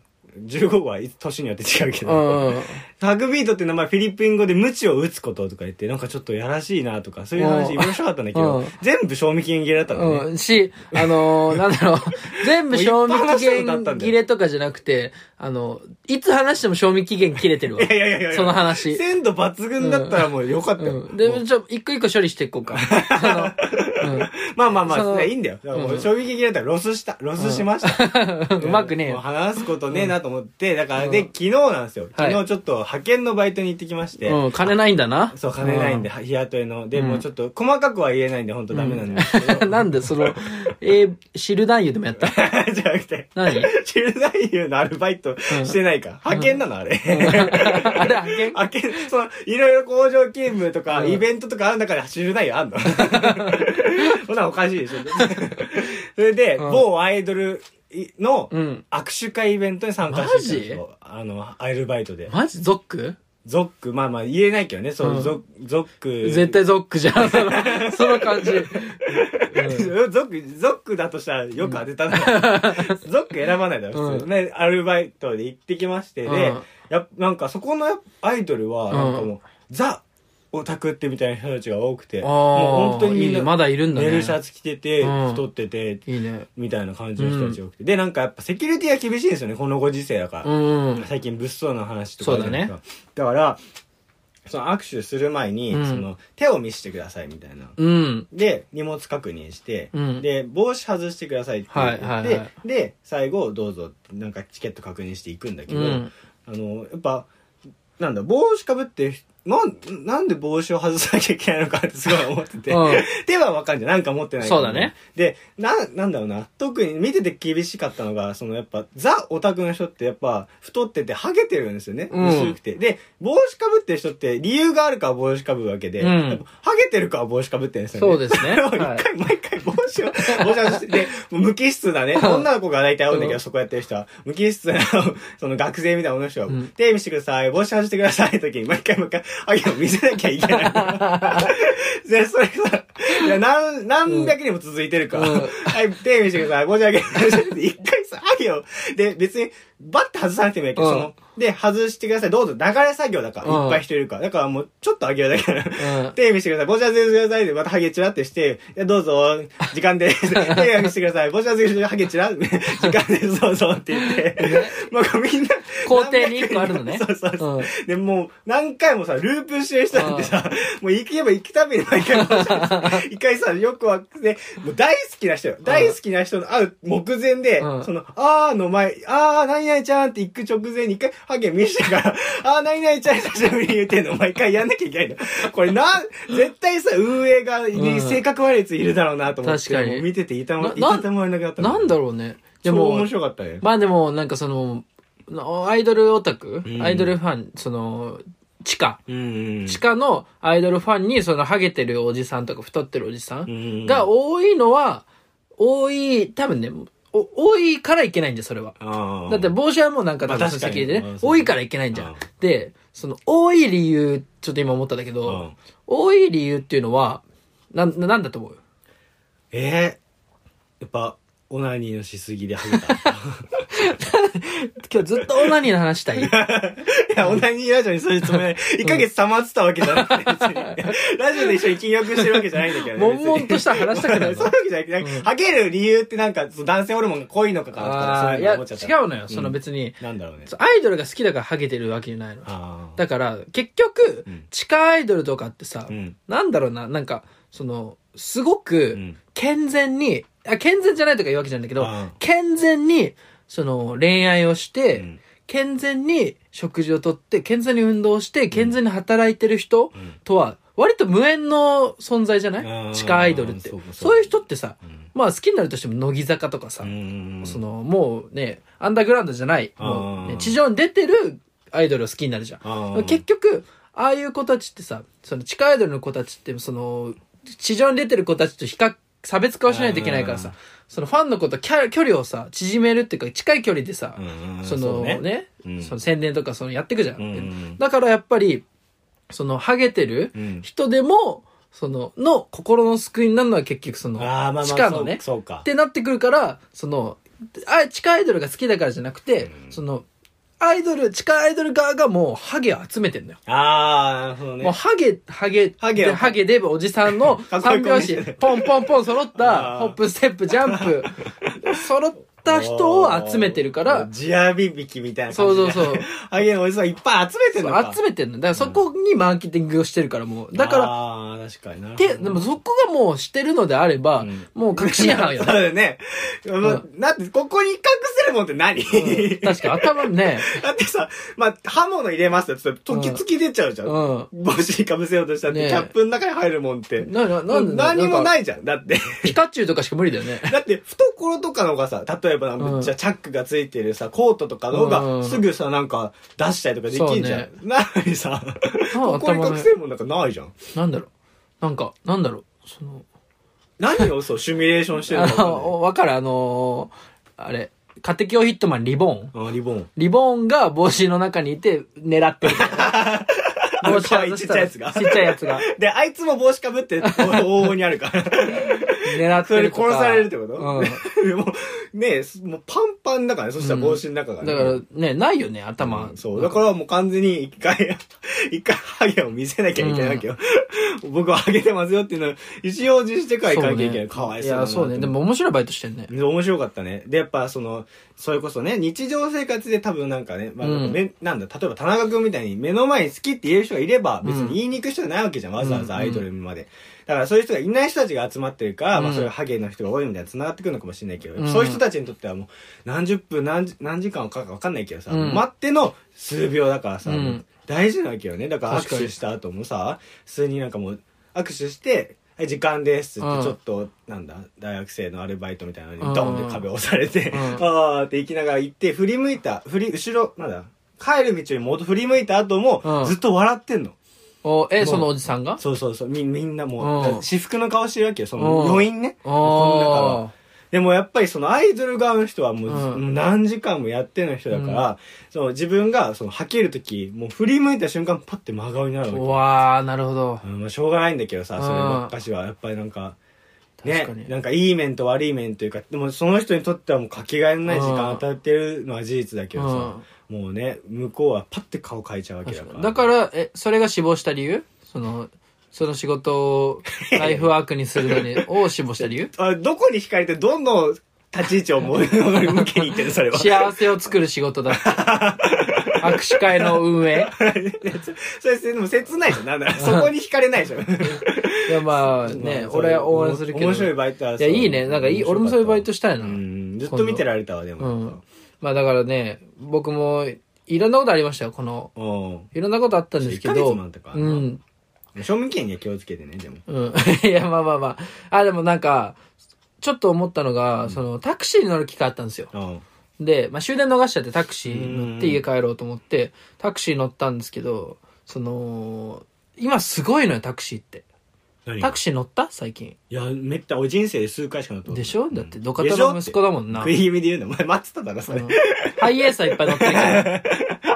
[SPEAKER 1] 15号はいつ年によって違うけ
[SPEAKER 2] う
[SPEAKER 1] ど、
[SPEAKER 2] んうん
[SPEAKER 1] ハクビートって名前フィリピン語で無知を打つこととか言って、なんかちょっとやらしいなとか、そういう
[SPEAKER 2] うん
[SPEAKER 1] 話いろいろしたかったんだけ
[SPEAKER 2] う
[SPEAKER 1] ど
[SPEAKER 2] ん、
[SPEAKER 1] 全部賞味期限切れだったのね。
[SPEAKER 2] うん、し、
[SPEAKER 1] [laughs]
[SPEAKER 2] あのーなんだろう、全部賞味期限切れとかじゃなくて、あの、いつ話しても賞味期限切れてるわ。
[SPEAKER 1] いやいやいやいや
[SPEAKER 2] その話。
[SPEAKER 1] 鮮度抜群だったらもうよかったよ。
[SPEAKER 2] うん、で、ちょ、一個一個処理していこ
[SPEAKER 1] [laughs]
[SPEAKER 2] うか。あの、うん。
[SPEAKER 1] まあまあま
[SPEAKER 2] その
[SPEAKER 1] あ、いいんだよ。だからも
[SPEAKER 2] うん
[SPEAKER 1] う衝撃的だったらロスした。ロスしました。
[SPEAKER 2] [laughs] うまくねえよ
[SPEAKER 1] も話すことねえなと思って、だから、
[SPEAKER 2] うん
[SPEAKER 1] で、昨日なんですよ。
[SPEAKER 2] はい
[SPEAKER 1] 昨日ちょっと派遣のバイトに行ってきまして。
[SPEAKER 2] うん、金ないんだな。
[SPEAKER 1] そう、金ないんで、日雇いの。で、もうちょっと、細かくは言えないんで、ほんとダメなんですけど。
[SPEAKER 2] うん。 [laughs] なんで、その、えー、知る男優でもやった
[SPEAKER 1] [laughs] じゃなくて。
[SPEAKER 2] 何
[SPEAKER 1] [laughs] チルダイユのアルバイトしてないか。派遣なのあれ。
[SPEAKER 2] [laughs] あれ、あげ
[SPEAKER 1] [laughs] 派遣、その、いろいろ工場勤務とか、
[SPEAKER 2] うん
[SPEAKER 1] イベントとかある中で知るないよ、あん
[SPEAKER 2] [laughs]
[SPEAKER 1] の [laughs] そんなのおかしいでしょ。それで、
[SPEAKER 2] うん
[SPEAKER 1] 某アイドルの
[SPEAKER 2] うん。
[SPEAKER 1] 握手会イベントに参加してたんです
[SPEAKER 2] マ
[SPEAKER 1] よ。あの、アルバイトで。
[SPEAKER 2] マジゾック
[SPEAKER 1] ゾック、まあまあ言えないけどね、そうう、
[SPEAKER 2] ん
[SPEAKER 1] ゾッゾック。
[SPEAKER 2] 絶対ゾックじ
[SPEAKER 1] [laughs]
[SPEAKER 2] ゃん。そのその感じ。うん
[SPEAKER 1] ゾック、ゾックだとしたらよく当て
[SPEAKER 2] [laughs]
[SPEAKER 1] たな。ゾック選ばないだろ、普通。
[SPEAKER 2] う
[SPEAKER 1] ね、アルバイトで行ってきまして、
[SPEAKER 2] う
[SPEAKER 1] で
[SPEAKER 2] ん、
[SPEAKER 1] やっなんかそこのアイドルは、なんかもう、ザオタクってみたいな人たちが多くて、
[SPEAKER 2] あ
[SPEAKER 1] もう本
[SPEAKER 2] あ
[SPEAKER 1] 当にみ
[SPEAKER 2] いい
[SPEAKER 1] ん
[SPEAKER 2] ね。
[SPEAKER 1] な、
[SPEAKER 2] まだいるんだね。
[SPEAKER 1] 寝るシャツ着てて、
[SPEAKER 2] うん
[SPEAKER 1] 太ってて、
[SPEAKER 2] いいね。
[SPEAKER 1] みたいな感じの人たちが多くて。で、なんかやっぱセキュリティが厳しいんですよね、このご時世だから。
[SPEAKER 2] うん。
[SPEAKER 1] 最近物騒な話とかあるじゃないですかだからその握手する前に、
[SPEAKER 2] うん
[SPEAKER 1] その手を見せてくださいみたいな、
[SPEAKER 2] うん。
[SPEAKER 1] で荷物確認して、
[SPEAKER 2] うん
[SPEAKER 1] で帽子外してくださいって言って、
[SPEAKER 2] はいはいはい
[SPEAKER 1] で最後どうぞってなんかチケット確認していくんだけ
[SPEAKER 2] う
[SPEAKER 1] ど、
[SPEAKER 2] ん。
[SPEAKER 1] あのやっぱなんだ帽子かぶってなんなんで帽子を外さなきゃいけないのかってすごい思ってて、
[SPEAKER 2] うん
[SPEAKER 1] [laughs] 手はわかんじゃんなんか持ってないけど
[SPEAKER 2] そうだね
[SPEAKER 1] でななんだろうな特に見てて厳しかったのがそのやっぱザオタクの人ってやっぱ太っててハゲてるんですよね、
[SPEAKER 2] うん
[SPEAKER 1] 薄くてで帽子かぶってる人って理由があるから帽子かぶるわけで、
[SPEAKER 2] うん
[SPEAKER 1] やっぱハゲてるから帽子かぶってるんですよね
[SPEAKER 2] そうです
[SPEAKER 1] [laughs]
[SPEAKER 2] ね
[SPEAKER 1] もう一回毎回帽子
[SPEAKER 2] [laughs]
[SPEAKER 1] を帽子外してでもう無機質なね女の子が大体会うんだけ
[SPEAKER 2] う
[SPEAKER 1] ど
[SPEAKER 2] ん
[SPEAKER 1] そこやってる人は無機質なその学生みたいな女の人は
[SPEAKER 2] うん
[SPEAKER 1] 手見せてください、帽子外してくださいの時に毎回毎回、あ、いや、見せなきゃいけない。 [laughs] で、それさ、いや、何、何百人も続いてるから、
[SPEAKER 2] うん
[SPEAKER 1] はい、手見せてください、帽子上げてくださいって一回さ、あげよ。で、別に、バッて外さなくてもいいけど、
[SPEAKER 2] うん
[SPEAKER 1] その、で、外してください、どうぞ、流れ作業だから、
[SPEAKER 2] うん
[SPEAKER 1] いっぱい人いるから、だからもう、ちょっと上げようだから。
[SPEAKER 2] うん。
[SPEAKER 1] 手見せてください。帽子外してください。で、またハゲチラってして、いや、どうぞ、時間
[SPEAKER 2] [laughs]
[SPEAKER 1] です。手見せてください。帽子外してください。ハゲチラ時間です。どうぞって言って。なんかみんな。
[SPEAKER 2] 工程に一個あるの
[SPEAKER 1] [laughs]
[SPEAKER 2] ね
[SPEAKER 1] そうそうそう。
[SPEAKER 2] うん
[SPEAKER 1] で、もう何回もさ、ループしてる人なんてさ、もう行けば行くたびに毎回帽子外して、一回さ、よくわかね、もう大好きな人よ。大好きな人の会う目前で、
[SPEAKER 2] うん
[SPEAKER 1] その、あーの前、あー、何々ちゃんって行く直前に一回ハゲ見してから、あー、何々ちゃん久しぶりに言ってんの毎回やんなきゃいけないの。これなん、絶対さ、運営が
[SPEAKER 2] ん
[SPEAKER 1] 性格悪いやついるだろうなと思って、
[SPEAKER 2] 確かに
[SPEAKER 1] もう見てていたま、
[SPEAKER 2] ない
[SPEAKER 1] たたまれなくなった
[SPEAKER 2] なんだろうね。
[SPEAKER 1] で
[SPEAKER 2] で
[SPEAKER 1] も、超
[SPEAKER 2] も
[SPEAKER 1] 面、白かったね。
[SPEAKER 2] まあでも、なんかその、アイドルオタク、
[SPEAKER 1] うん
[SPEAKER 2] アイドルファン、その、地下、
[SPEAKER 1] うんうん
[SPEAKER 2] 地下のアイドルファンに、その、ハゲてるおじさんとか太ってるおじさんが
[SPEAKER 1] が、
[SPEAKER 2] 多いのは、多い、多分ね、お多いからいけないんだよ、それは。
[SPEAKER 1] あー
[SPEAKER 2] だって、帽子はもうなんか
[SPEAKER 1] まあ
[SPEAKER 2] 多分その
[SPEAKER 1] 確かに
[SPEAKER 2] 責任で
[SPEAKER 1] う
[SPEAKER 2] ね
[SPEAKER 1] ん、そう
[SPEAKER 2] 多いからいけないんじゃ
[SPEAKER 1] うん
[SPEAKER 2] ん。で、その、多い理由、ちょっと今思ったんだけ
[SPEAKER 1] う
[SPEAKER 2] ど
[SPEAKER 1] ん、
[SPEAKER 2] 多い理由っていうのは、なん、ななんだと思う
[SPEAKER 1] えー、やっぱ、オナニーのしすぎでハゲた。 [laughs]
[SPEAKER 2] 今日ずっとオナニーの話したい。
[SPEAKER 1] いや、オナニーラジオにそういうつもりない。1ヶ月溜まってたわけじゃなくて、別
[SPEAKER 2] [laughs]
[SPEAKER 1] に。ラジオで一緒に禁欲してるわけじゃないんだけどね。別
[SPEAKER 2] 悶
[SPEAKER 1] に
[SPEAKER 2] 々とした話した
[SPEAKER 1] [laughs]
[SPEAKER 2] くなる
[SPEAKER 1] そういうわけじゃなくてなんか、ハゲる理由ってなんか、その男性ホルモンが濃いのかかなとか、
[SPEAKER 2] あ
[SPEAKER 1] そう
[SPEAKER 2] あ、
[SPEAKER 1] い
[SPEAKER 2] いう
[SPEAKER 1] の
[SPEAKER 2] や、違
[SPEAKER 1] 思っちゃった。
[SPEAKER 2] うのよ。その別に、
[SPEAKER 1] なんだろうね。
[SPEAKER 2] そうアイドルが好きだからハゲてるわけじゃないの。
[SPEAKER 1] ああ。
[SPEAKER 2] だから、結局、
[SPEAKER 1] うん
[SPEAKER 2] 地下アイドルとかってさ、
[SPEAKER 1] うん
[SPEAKER 2] なんだろうな、なんか、その、すご
[SPEAKER 1] う
[SPEAKER 2] く
[SPEAKER 1] ん、
[SPEAKER 2] 健全に、あ、健全じゃないとか言うわけじゃないんだけど
[SPEAKER 1] あー、
[SPEAKER 2] 健全に、その、恋愛をして、
[SPEAKER 1] うん
[SPEAKER 2] 健全に食事をとって、健全に運動をして、健全に働いてる人とは、割と無縁の存在じゃな
[SPEAKER 1] あー
[SPEAKER 2] い地下アイドルって
[SPEAKER 1] そうか。そうか
[SPEAKER 2] そういう人ってさ
[SPEAKER 1] ん、
[SPEAKER 2] まあ好きになるとしても、乃木坂とかさ
[SPEAKER 1] う、ん。
[SPEAKER 2] その、もうね、アンダーグラウンドじゃない、もう
[SPEAKER 1] あ
[SPEAKER 2] ね
[SPEAKER 1] ー
[SPEAKER 2] 地上に出てるアイドルを好きになるじゃ
[SPEAKER 1] あ
[SPEAKER 2] ん。
[SPEAKER 1] ー
[SPEAKER 2] 結局、ああいう子たちってさ、その地下アイドルの子たちって、その、地上に出てる子たちと比較、差別化をしないといけないから
[SPEAKER 1] う
[SPEAKER 2] さ、そのファンの子とキャ距離をさ、縮めるっていうか、近い距離でさ、
[SPEAKER 1] うん
[SPEAKER 2] そのね、、
[SPEAKER 1] うん
[SPEAKER 2] その宣伝とかそのやっていくじゃん。
[SPEAKER 1] うんうん
[SPEAKER 2] だからやっぱり、その、ハゲてる
[SPEAKER 1] うん
[SPEAKER 2] 人でも、その、の心の救いになるのは結局その、
[SPEAKER 1] ああ、まあまあ、
[SPEAKER 2] 地下のね、
[SPEAKER 1] そうそうか
[SPEAKER 2] っ。てなってくるから、その、あ地下アイドルが好きだからじゃなくて、その、アイドル、地下アイドル側がもうハゲを集めてんのよ。
[SPEAKER 1] ああ、なるほど
[SPEAKER 2] もう
[SPEAKER 1] ね。
[SPEAKER 2] ハゲ、ハゲ、
[SPEAKER 1] ハゲを
[SPEAKER 2] でハゲでおじさんの
[SPEAKER 1] [laughs] かっこよ
[SPEAKER 2] 三
[SPEAKER 1] く見
[SPEAKER 2] 拍
[SPEAKER 1] せて
[SPEAKER 2] 子、ポンポンポン揃っ
[SPEAKER 1] あー
[SPEAKER 2] た、ホップ、ステップ、ジャンプ、揃った人を集めてるから、
[SPEAKER 1] 地アビ引きみたいな
[SPEAKER 2] そ
[SPEAKER 1] 感
[SPEAKER 2] う
[SPEAKER 1] じで。
[SPEAKER 2] そうそう。
[SPEAKER 1] ハゲのおじさんいっぱい集めてんのか。
[SPEAKER 2] 集めてんの。だからそこにマーケティングをしてるからもう。だから、
[SPEAKER 1] ああ、確かになるほど
[SPEAKER 2] て、でもそこがもうしてるのであれば、
[SPEAKER 1] ん
[SPEAKER 2] もう確信犯
[SPEAKER 1] [laughs] そ
[SPEAKER 2] よ
[SPEAKER 1] う。だよね。もうだって、ここに隠せるもんって何、
[SPEAKER 2] うん確か頭ね、
[SPEAKER 1] だってさ、まあ、刃物入れますって、ちょっと時々出ちゃうじゃん。
[SPEAKER 2] うん。
[SPEAKER 1] 帽子にかぶせようとしたって、
[SPEAKER 2] ねえ
[SPEAKER 1] キャップの中に入るもんって。
[SPEAKER 2] な、な、なんで
[SPEAKER 1] 何も
[SPEAKER 2] い。
[SPEAKER 1] ないじゃん。だって。
[SPEAKER 2] ピカチュウとかしか無理だ
[SPEAKER 1] [laughs]
[SPEAKER 2] よね。
[SPEAKER 1] だって、懐とかの方がさ、例えばなんか、
[SPEAKER 2] うん
[SPEAKER 1] じゃあチャックがついてるさ、コートとかの方
[SPEAKER 2] う
[SPEAKER 1] が、
[SPEAKER 2] ん
[SPEAKER 1] すぐさ、なんか、出したりとかできんじゃん。
[SPEAKER 2] そう
[SPEAKER 1] なのに
[SPEAKER 2] [laughs]
[SPEAKER 1] さ、ここに
[SPEAKER 2] 頭
[SPEAKER 1] 隠
[SPEAKER 2] ね
[SPEAKER 1] せるもんなんかないじゃん。
[SPEAKER 2] なんだろう。なんか、なんだろう。その、
[SPEAKER 1] 何をそう、シミュレーションしてる
[SPEAKER 2] あ
[SPEAKER 1] のかわかんない
[SPEAKER 2] の、わかるあのーあれ、家庭教ヒットマンリボーン。
[SPEAKER 1] あ、リボン。
[SPEAKER 2] リボーンが帽子の中にいて狙ってる。
[SPEAKER 1] [laughs] あの可愛い
[SPEAKER 2] 帽
[SPEAKER 1] ち
[SPEAKER 2] 子
[SPEAKER 1] っちゃいやつが
[SPEAKER 2] ちっちゃいやつが。
[SPEAKER 1] で、あいつも帽子かぶって、往々にあるから。
[SPEAKER 2] 狙っ
[SPEAKER 1] そ
[SPEAKER 2] て
[SPEAKER 1] れ
[SPEAKER 2] る
[SPEAKER 1] で
[SPEAKER 2] とか。
[SPEAKER 1] 殺されるってこと、
[SPEAKER 2] うん。
[SPEAKER 1] [laughs] もう、ねえ、もうパンパンだからね、そしたら帽子の中が、ね
[SPEAKER 2] だからね、ないよね、頭。
[SPEAKER 1] そう。だからもう完全に一回、 [laughs] 一回ハゲを見せなきゃいけないわけよ。 [laughs] 僕はハゲてますよっていうのを一応示してから行かなきゃいけない。かわいそうだ
[SPEAKER 2] い
[SPEAKER 1] な
[SPEAKER 2] や、そうね。でも面白いバイトしてんね。
[SPEAKER 1] で面白かったね。で、やっぱその、それこそね、日常生活で多分なんかね、まあ
[SPEAKER 2] うん
[SPEAKER 1] めなんだ、例えば田中君みたいに目の前に好きって言える人がいれば、別に言いに行く人じゃないわけじゃん、わざわざアイドルまで。だからそういう人がいない人たちが集まってるから、まあ
[SPEAKER 2] うん
[SPEAKER 1] それはハゲの人が多いみたいな繋がってくるのかもしれないけど、
[SPEAKER 2] うん
[SPEAKER 1] そういう人たちにとってはもう、何十分何時、何時間かかわかんないけどさ、
[SPEAKER 2] うん
[SPEAKER 1] 待っての数秒だからさ、
[SPEAKER 2] うん
[SPEAKER 1] もう大事なわけよね。だから
[SPEAKER 2] 確か
[SPEAKER 1] 握
[SPEAKER 2] に
[SPEAKER 1] 手した後もさ、普通になんかもう握手して、はい時間ですって言ってちょっと、なんだ、大学生のアルバイトみたいなのに
[SPEAKER 2] うん
[SPEAKER 1] ドンって壁押されて、
[SPEAKER 2] うん
[SPEAKER 1] あーって行きながら行って、振り向いた、振り、後ろ、なんだ、帰る道に戻振り向いた後も、
[SPEAKER 2] うん
[SPEAKER 1] ずっと笑ってんの。
[SPEAKER 2] おえ、
[SPEAKER 1] もう
[SPEAKER 2] そのおじさんが
[SPEAKER 1] そうそうそう、み、みんなもう、
[SPEAKER 2] うん
[SPEAKER 1] 私服の顔してるわけよ、その
[SPEAKER 2] うん
[SPEAKER 1] 余韻ね。
[SPEAKER 2] あ
[SPEAKER 1] この中は
[SPEAKER 2] ー。
[SPEAKER 1] でもやっぱりそのアイドル側の人はもう
[SPEAKER 2] うん
[SPEAKER 1] もう何時間もやっての人だから、その自分がその吐ける時、もう振り向いた瞬間パッて真顔になるわけ
[SPEAKER 2] うわー、なるほど。
[SPEAKER 1] うんまあ、しょうがないんだけどさ、それ
[SPEAKER 2] うん
[SPEAKER 1] ばっかしは。やっぱりなんか、ね
[SPEAKER 2] 確か、に
[SPEAKER 1] なんかいい面と悪い面というか、でもその人にとってはもうかけがえのない時間当たってるのは事実だけどさ、もうね、向こうはパッて顔変えちゃうわけだから。
[SPEAKER 2] だから、え、それが死亡した理由その、その仕事
[SPEAKER 1] [laughs]
[SPEAKER 2] を、ライフワークにするのに、を死亡した理由
[SPEAKER 1] あ、どこに惹かれてどんどん立ち位置を思い向けにいってるそれは。
[SPEAKER 2] 幸せを作る仕事だって。握手会の運営
[SPEAKER 1] それでも切ないじゃん。なん
[SPEAKER 2] [laughs]
[SPEAKER 1] だろうそこに惹かれないじゃん。
[SPEAKER 2] いや、まあね、俺は応援するけど。
[SPEAKER 1] 面白いバイトは。
[SPEAKER 2] いや、いいね。なんかいい、俺もそういうバイト
[SPEAKER 1] し
[SPEAKER 2] したい
[SPEAKER 1] た
[SPEAKER 2] な。
[SPEAKER 1] うん、ずっと見てられたわ、で
[SPEAKER 2] う
[SPEAKER 1] も
[SPEAKER 2] ん。。まあだからね、僕もいろんなことありましたよ、この。
[SPEAKER 1] うん。
[SPEAKER 2] いろんなことあったんですけ
[SPEAKER 1] 1ヶ
[SPEAKER 2] ど。
[SPEAKER 1] 月もあったから
[SPEAKER 2] う。
[SPEAKER 1] なん賞味期限には気をつけてね、でも。
[SPEAKER 2] うん。 [laughs] いや、まあまあまあ。あ、でもなんか、ちょっと思ったのが、その、タクシーに乗る機会あったんですよ。
[SPEAKER 1] うん。
[SPEAKER 2] で、まあ終電逃しちゃってタクシー乗って家帰ろうと思って、タクシー乗ったんですけど、その、今すごいのよ、タクシーって。
[SPEAKER 1] 何
[SPEAKER 2] タクシー乗った最近。
[SPEAKER 1] いや、めった、俺人生で数回しか乗ったことない
[SPEAKER 2] でしょだって、土方の息子だもんな。
[SPEAKER 1] 食い気味で言うの、お前待ってただろ、それ。
[SPEAKER 2] うんハイエースはいっぱい乗ってるから。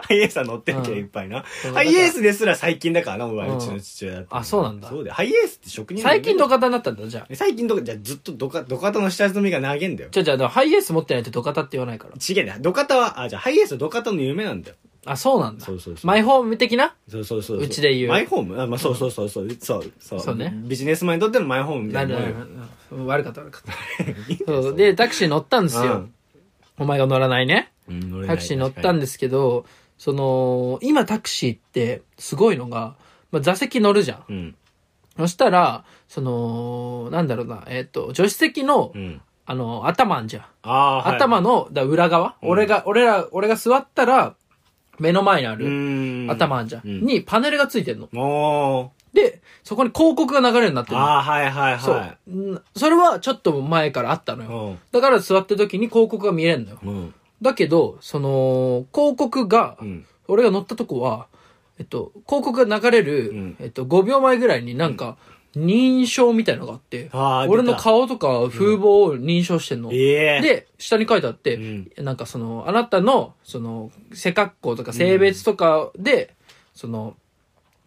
[SPEAKER 1] ハイエースは乗ってるけど、
[SPEAKER 2] うん
[SPEAKER 1] いっぱいな
[SPEAKER 2] そう。
[SPEAKER 1] ハイエースですら最近だからな、お前、
[SPEAKER 2] うん
[SPEAKER 1] うちの父親だって
[SPEAKER 2] あ、そうなんだ。
[SPEAKER 1] そうだよ。ハイエースって職人
[SPEAKER 2] 最近土
[SPEAKER 1] か、
[SPEAKER 2] 方になったんだ、じゃあ。
[SPEAKER 1] 最近とか、じゃあずっとドカ、ドカタの下積みが長げんだよ。
[SPEAKER 2] じゃあじゃあでも、ハイエース持ってないと土方って言わないから。
[SPEAKER 1] 違えんだよ。ドカタは、あ、じゃあハイエースはドカタの夢なんだよ。
[SPEAKER 2] あ、そうなんだ。
[SPEAKER 1] そうそうそう
[SPEAKER 2] マイホーム的な
[SPEAKER 1] そうそうそうそう。
[SPEAKER 2] うちで言う
[SPEAKER 1] マイホームあ、まあ、そうそうそうそう。そう、そう。
[SPEAKER 2] そうね
[SPEAKER 1] ビジネスマンにとってのマイホームみた
[SPEAKER 2] ないる
[SPEAKER 1] なも
[SPEAKER 2] な
[SPEAKER 1] んよ。
[SPEAKER 2] るなるうん悪かった悪かった。そうで、タクシー乗ったんですよ。お前が乗らないね。
[SPEAKER 1] [laughs] うん乗れない
[SPEAKER 2] タクシー乗ったんですけど、その、今タクシーってすごいのが、まあ、座席乗るじゃん。
[SPEAKER 1] うん。
[SPEAKER 2] そしたら、その、なんだろうな、えっ、と、助手席の、
[SPEAKER 1] うん。
[SPEAKER 2] あの、頭あんじゃん。
[SPEAKER 1] ああ、はい
[SPEAKER 2] 頭、の、だ裏側、
[SPEAKER 1] うん
[SPEAKER 2] 俺が、俺ら、俺が座ったら、目の前にあ
[SPEAKER 1] う
[SPEAKER 2] る、
[SPEAKER 1] ん。
[SPEAKER 2] 頭あんじゃん、
[SPEAKER 1] うん
[SPEAKER 2] にパネルがついてんの。
[SPEAKER 1] おー。
[SPEAKER 2] で、そこに広告が流れるようになってるの。
[SPEAKER 1] ああ、はいはいはい。
[SPEAKER 2] そう、んそれはちょっと前からあったのよ。だから座った時に広告が見えるのよ。
[SPEAKER 1] うん。うん。
[SPEAKER 2] だけど、その、広告が、
[SPEAKER 1] うん。
[SPEAKER 2] 俺が乗ったとこは、えっと、広告が流れる、
[SPEAKER 1] うん
[SPEAKER 2] えっと、5秒前ぐらいになんか、認証みたいのがあって、
[SPEAKER 1] あー出た
[SPEAKER 2] 俺の顔とか風貌を認証してんの。
[SPEAKER 1] ええ。、
[SPEAKER 2] で、下に書いてあって、
[SPEAKER 1] うん
[SPEAKER 2] なんかその、あなたの、その、背格好とか性別とかで、その、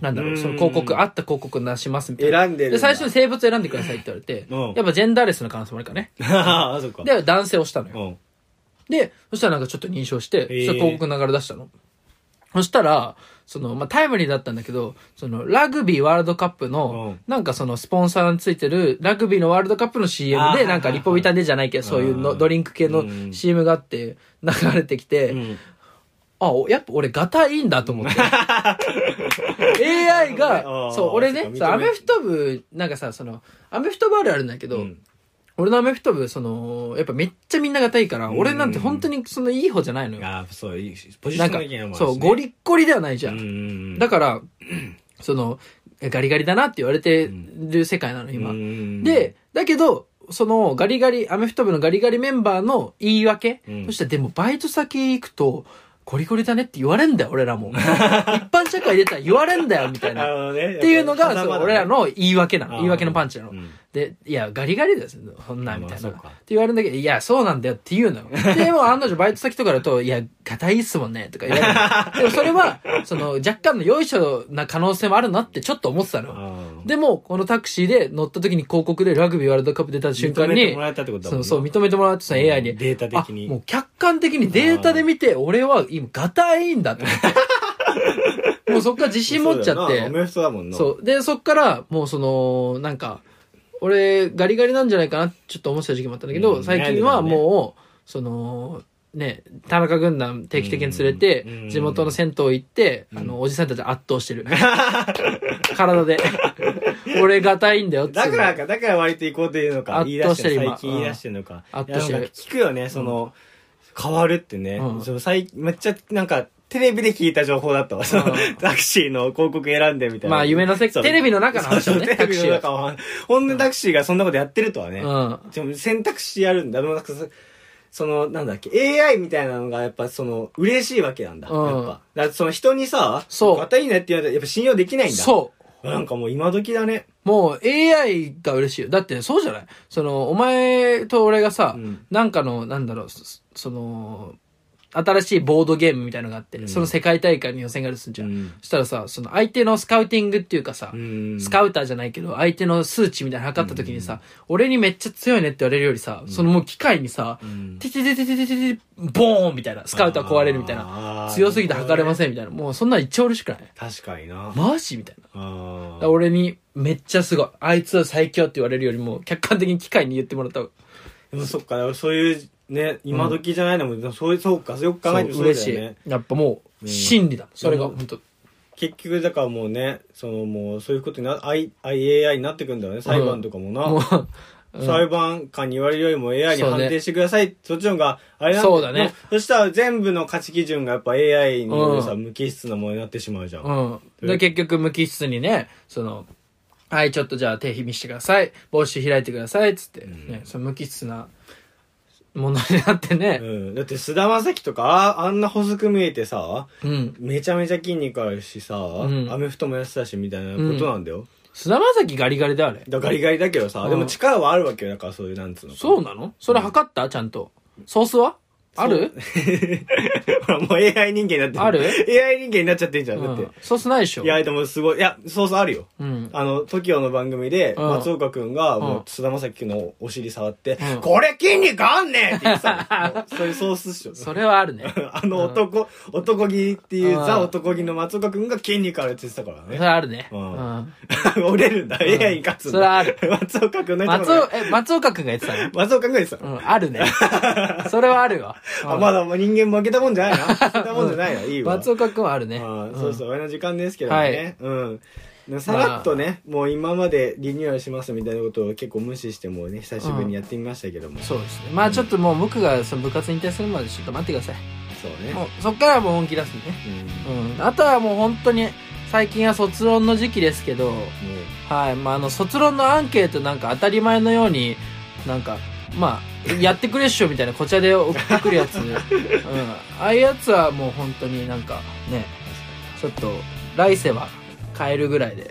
[SPEAKER 2] なんだろ
[SPEAKER 1] う
[SPEAKER 2] う、
[SPEAKER 1] ん
[SPEAKER 2] その広告、あった広告出しますみたいな。
[SPEAKER 1] 選んでるんだ。
[SPEAKER 2] で、最初に性別選んでくださいって言われて、
[SPEAKER 1] うん
[SPEAKER 2] やっぱジェンダーレスの可能性もあるからね。
[SPEAKER 1] [laughs] ああ、そっか。
[SPEAKER 2] で、男性をしたのよ
[SPEAKER 1] う。ん。
[SPEAKER 2] で、そしたらなんかちょっと認証して、そ
[SPEAKER 1] へえ
[SPEAKER 2] したら広告流れ出したの。そしたら、その、まあ、タイムリーだったんだけど、その、ラグビーワールドカップの、なんかその、スポンサーについてる、ラグビーのワールドカップの CM
[SPEAKER 1] あー
[SPEAKER 2] で、なんかリポビタンでじゃないけど、そういう
[SPEAKER 1] う
[SPEAKER 2] の、
[SPEAKER 1] ん
[SPEAKER 2] ドリンク系
[SPEAKER 1] う
[SPEAKER 2] の
[SPEAKER 1] ん
[SPEAKER 2] CM があって、流れてきて、
[SPEAKER 1] うん。
[SPEAKER 2] あ、おやっぱ俺、ガタいいんだと思って。AI
[SPEAKER 1] あ
[SPEAKER 2] が、
[SPEAKER 1] ー
[SPEAKER 2] そう、俺
[SPEAKER 1] そ
[SPEAKER 2] ね
[SPEAKER 1] っか認め、
[SPEAKER 2] そうアメフト部、なんかさ、その、アメフト部あるあるんだけど、
[SPEAKER 1] うん
[SPEAKER 2] 俺のアメフト部、その、やっぱめっちゃみんながたいから、
[SPEAKER 1] うん
[SPEAKER 2] 俺なんて本当にそのいい方じゃないのよ。
[SPEAKER 1] ああ、そう、いいポジショ
[SPEAKER 2] なん
[SPEAKER 1] ン
[SPEAKER 2] か
[SPEAKER 1] 的なもん、
[SPEAKER 2] そう、ゴリッゴリではないじゃ。
[SPEAKER 1] うんん。
[SPEAKER 2] だ
[SPEAKER 1] か
[SPEAKER 2] から、その、ガリガリだなって言われてる世界なの、今。で、だけど、そのガリガリ、アメフト部のガリガリメンバーの言い訳、
[SPEAKER 1] うん
[SPEAKER 2] そしたらでもバイト先行くと、ゴリゴリだねって言われんだよ、俺らも。一 [laughs] 般社会出たら言われんだよ、みた
[SPEAKER 1] [laughs]
[SPEAKER 2] い
[SPEAKER 1] なる
[SPEAKER 2] な。っ
[SPEAKER 1] ほどね。
[SPEAKER 2] ていうのが、
[SPEAKER 1] やっぱ
[SPEAKER 2] そう
[SPEAKER 1] まだまだ
[SPEAKER 2] 俺らの言い訳な
[SPEAKER 1] あー
[SPEAKER 2] の。言い訳のパンチなの。
[SPEAKER 1] うん
[SPEAKER 2] で、いや、ガリガリですよ、そんな、み
[SPEAKER 1] まあ
[SPEAKER 2] たいな。っ
[SPEAKER 1] そう
[SPEAKER 2] て
[SPEAKER 1] か
[SPEAKER 2] 言われるんだけど、いや、そうなんだよって言うのよ。でも、案の定、バイト先とかだと、いや、硬いっすもんね、とか言われる。でも、それは、その、若干のよいしょな可能性もあるなってちょっと思ってたの。
[SPEAKER 1] あー
[SPEAKER 2] でも、このタクシーで乗った時に広告でラグビーワールドカップ出た瞬間
[SPEAKER 1] 認めて
[SPEAKER 2] に
[SPEAKER 1] も、らえたってことだ
[SPEAKER 2] そ
[SPEAKER 1] もん
[SPEAKER 2] う
[SPEAKER 1] な
[SPEAKER 2] そう、認めてもらってた AI に。
[SPEAKER 1] データ
[SPEAKER 2] あ
[SPEAKER 1] 的に。
[SPEAKER 2] もう客観的にデータで見て、俺は今、ガタイいいんだと
[SPEAKER 1] [laughs]
[SPEAKER 2] 思って。もうそっから自信持っちゃっ
[SPEAKER 1] そうだよな
[SPEAKER 2] て
[SPEAKER 1] お。めでとうだもんな。
[SPEAKER 2] そう。で、そっから、もうその、なんか、俺、ガリガリなんじゃないかなってちょっと思ってた時期もあったんだけど、
[SPEAKER 1] うん
[SPEAKER 2] 最近
[SPEAKER 1] 悩
[SPEAKER 2] は
[SPEAKER 1] んでたね
[SPEAKER 2] もう、その、ね、田中軍団定期的に連れて、
[SPEAKER 1] うん
[SPEAKER 2] 地元の銭湯行って、あの、おじさんたち圧倒してる。
[SPEAKER 1] [laughs]
[SPEAKER 2] 体で。俺がたいんだよって。
[SPEAKER 1] だからか、だから割と行こうっていうのか、
[SPEAKER 2] 圧
[SPEAKER 1] 言い
[SPEAKER 2] 倒
[SPEAKER 1] 出
[SPEAKER 2] し
[SPEAKER 1] してて
[SPEAKER 2] る
[SPEAKER 1] る、
[SPEAKER 2] 今
[SPEAKER 1] 最近言い出してるのか。
[SPEAKER 2] うん圧
[SPEAKER 1] い
[SPEAKER 2] 倒
[SPEAKER 1] やな
[SPEAKER 2] し
[SPEAKER 1] ん
[SPEAKER 2] て
[SPEAKER 1] か
[SPEAKER 2] る
[SPEAKER 1] 聞くよね、その、変わるってね。
[SPEAKER 2] うん
[SPEAKER 1] その最めっちゃ、なんか、テレビで聞いた情報だったわ。そのタクシーの広告選んでみたいな。
[SPEAKER 2] まあ夢の世
[SPEAKER 1] そう
[SPEAKER 2] テレビの中の話だね
[SPEAKER 1] そうそうテレビの中は。ほんでタクシーがそんなことやってるとはね。
[SPEAKER 2] うん。
[SPEAKER 1] でも選択肢あるんだ。でもなんかそその、なんだっけ、AI みたいなのがやっぱその、嬉しいわけなんだ。
[SPEAKER 2] うん
[SPEAKER 1] やっぱ。だからその人にさ、
[SPEAKER 2] そう
[SPEAKER 1] 硬いねって言われたらやっぱ信用できないんだ。
[SPEAKER 2] そう。
[SPEAKER 1] う。なんかもう今時だね。
[SPEAKER 2] もう AI が嬉しいよ。だってそうじゃないその、お前と俺がさ、
[SPEAKER 1] うん
[SPEAKER 2] なんかの、なんだろう、そその、新しいボードゲームみたいのがあって、
[SPEAKER 1] うん
[SPEAKER 2] その世界大会に予選があるとするじゃん。
[SPEAKER 1] うん
[SPEAKER 2] そしたらさ、その相手のスカウティングっていうかさ、
[SPEAKER 1] うん
[SPEAKER 2] スカウターじゃないけど、相手の数値みたいなの測った時にさ、俺にめっちゃ強いねって言われるよりさ、そのもう機械にさ、
[SPEAKER 1] ん
[SPEAKER 2] てててててててて、ボーンみたいな、スカウター壊れるみたいな
[SPEAKER 1] あ、ー
[SPEAKER 2] 強すぎて測れませんみたいな、もうそんなん一応嬉しくない
[SPEAKER 1] 確かにな。
[SPEAKER 2] マジみたいな。だ
[SPEAKER 1] あ
[SPEAKER 2] か
[SPEAKER 1] ー
[SPEAKER 2] ら俺にめっちゃすごい。あいつは最強って言われるよりも、客観的に機械に言ってもらった方が
[SPEAKER 1] でもそっか、だからそういう、ね、今時じゃないのも、でもそういう、そうか、よく考えてもそ
[SPEAKER 2] そ
[SPEAKER 1] ううだ
[SPEAKER 2] 嬉し
[SPEAKER 1] よね。
[SPEAKER 2] い。やっぱもう、真理だ。それが本当
[SPEAKER 1] 結局、だからもうね、そのもう、そういうことにな、I、AI になってくんだよね、裁判とかもな。
[SPEAKER 2] もう、
[SPEAKER 1] 裁判官に言われるよりも AI に
[SPEAKER 2] そうね
[SPEAKER 1] 判定してください、そっちの方が、あれなん
[SPEAKER 2] そうだね。
[SPEAKER 1] そしたら全部の価値基準がやっぱ AI によるさ、
[SPEAKER 2] う
[SPEAKER 1] 無機質なものになってしまうじゃん。
[SPEAKER 2] うん。で、結局無機質にね、その、はい、ちょっとじゃあ手見してください。帽子開いてください。つって、ね、その無機質なものになって
[SPEAKER 1] う
[SPEAKER 2] ね。
[SPEAKER 1] んだって菅田将暉とかああんな細く見えてさ
[SPEAKER 2] うん。
[SPEAKER 1] めちゃめちゃ筋肉あるしさ、
[SPEAKER 2] ん
[SPEAKER 1] アメフトもやってたしみたいなことなんだよ、
[SPEAKER 2] 菅田将暉ガリガリだ、あれ。
[SPEAKER 1] だからガリガリだけどさ、
[SPEAKER 2] うん
[SPEAKER 1] でも力はあるわけよだからそういうなんつうの
[SPEAKER 2] そうなのそれ測ったちゃんと。ソースはある
[SPEAKER 1] ほら [laughs] もう AI 人間になって
[SPEAKER 2] ある
[SPEAKER 1] AI 人間になっちゃってんじゃん、
[SPEAKER 2] う
[SPEAKER 1] [laughs] だって
[SPEAKER 2] ん。ソースないでしょ
[SPEAKER 1] いやでもすごいいやそうそうあるよ
[SPEAKER 2] うん。
[SPEAKER 1] あの、TOKIO の番組で、
[SPEAKER 2] うん
[SPEAKER 1] 松岡くんが、も
[SPEAKER 2] うん
[SPEAKER 1] う、菅田将暉のお尻触って、
[SPEAKER 2] ん
[SPEAKER 1] これ筋肉あんねんって言ってたのもう
[SPEAKER 2] [laughs]
[SPEAKER 1] そういうソースっしょ。
[SPEAKER 2] それはあるね。
[SPEAKER 1] [laughs] あの男、男気っていう
[SPEAKER 2] うん
[SPEAKER 1] ザ男気の松岡くんが筋肉あるって言ってたから
[SPEAKER 2] それ
[SPEAKER 1] ね。
[SPEAKER 2] はあるね。う
[SPEAKER 1] うんん。 [laughs] 折れるんだ。AI に勝つんだ。
[SPEAKER 2] それはある
[SPEAKER 1] 松岡くんの言って
[SPEAKER 2] 松
[SPEAKER 1] たこ
[SPEAKER 2] 尾、え、松岡くんが言ってたの
[SPEAKER 1] と松岡くんが言ってた
[SPEAKER 2] う
[SPEAKER 1] の。
[SPEAKER 2] ん、ある
[SPEAKER 1] [laughs]
[SPEAKER 2] ね。それはあるわ。
[SPEAKER 1] あ、まだ人間負けたもんじゃないな。負けたもんじゃないな。いいわ。
[SPEAKER 2] 松岡くんはあるね。
[SPEAKER 1] あ
[SPEAKER 2] う
[SPEAKER 1] あ
[SPEAKER 2] ん
[SPEAKER 1] そうそう、俺の時間ですけどね。うん。さらっとね、もう今までリニューアルしますみたいなことを結構無視してもうね、久しぶりにやってみましたけども。
[SPEAKER 2] そうですね。まあちょっともう僕がその部活引退するまでちょっと待ってください。
[SPEAKER 1] そうね。
[SPEAKER 2] もうそっからはもう本気出すね。
[SPEAKER 1] うん。も
[SPEAKER 2] うん。あとはもう本当に最近は卒論の時期ですけど、はい。まああの卒論のアンケートなんか当たり前のように、なんか、まあ、やってくれっしょみたいな、こちらで送ってく
[SPEAKER 1] [laughs]
[SPEAKER 2] るやつ。うん。ああいうやつはもう本当になんかね、ちょっと来世は変えるぐら
[SPEAKER 1] [laughs]
[SPEAKER 2] いで、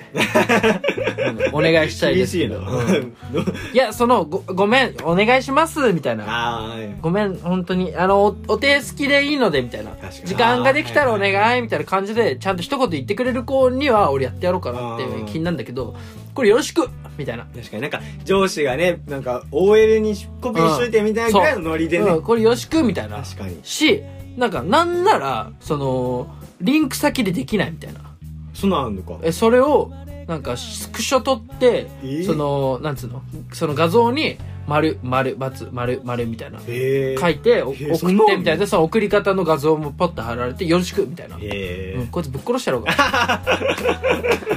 [SPEAKER 2] うんお願いした
[SPEAKER 1] う
[SPEAKER 2] い
[SPEAKER 1] ん。
[SPEAKER 2] で
[SPEAKER 1] 厳
[SPEAKER 2] す
[SPEAKER 1] し
[SPEAKER 2] け
[SPEAKER 1] い
[SPEAKER 2] ど、
[SPEAKER 1] の。
[SPEAKER 2] うん
[SPEAKER 1] [laughs]
[SPEAKER 2] いやそのごごめんお願いしますみたいな
[SPEAKER 1] ああ、
[SPEAKER 2] ごめん本当にあのおお手すきでいいのでみたいな
[SPEAKER 1] 確かに
[SPEAKER 2] 時間ができたら
[SPEAKER 1] あ
[SPEAKER 2] お
[SPEAKER 1] ーはいはい
[SPEAKER 2] 願いみたいな感じでちゃんと一言言ってくれる子には俺やってやろうかなっていう気になるんだけどこれよろしくみたいな。
[SPEAKER 1] 確かになんか上司がね、なんか OL にコピーしといてみたいなぐらいのノリでね。
[SPEAKER 2] うん、これよろしくみたいな
[SPEAKER 1] 確かに。
[SPEAKER 2] しなんかなんならそのリンク先でできないみたいな
[SPEAKER 1] そんなんあんのか。
[SPEAKER 2] えそれをなんかスクショ取って、
[SPEAKER 1] えー
[SPEAKER 2] そのなんつうのその画像に丸丸×丸丸みたいな
[SPEAKER 1] へえ。
[SPEAKER 2] 書いてお
[SPEAKER 1] え
[SPEAKER 2] 送
[SPEAKER 1] ーそんな
[SPEAKER 2] っ
[SPEAKER 1] の
[SPEAKER 2] てみたいなその送り方の画像もポッと貼られてよろしくみたいな、
[SPEAKER 1] へ
[SPEAKER 2] うん、こいつぶっ殺してやろう
[SPEAKER 1] [laughs]
[SPEAKER 2] か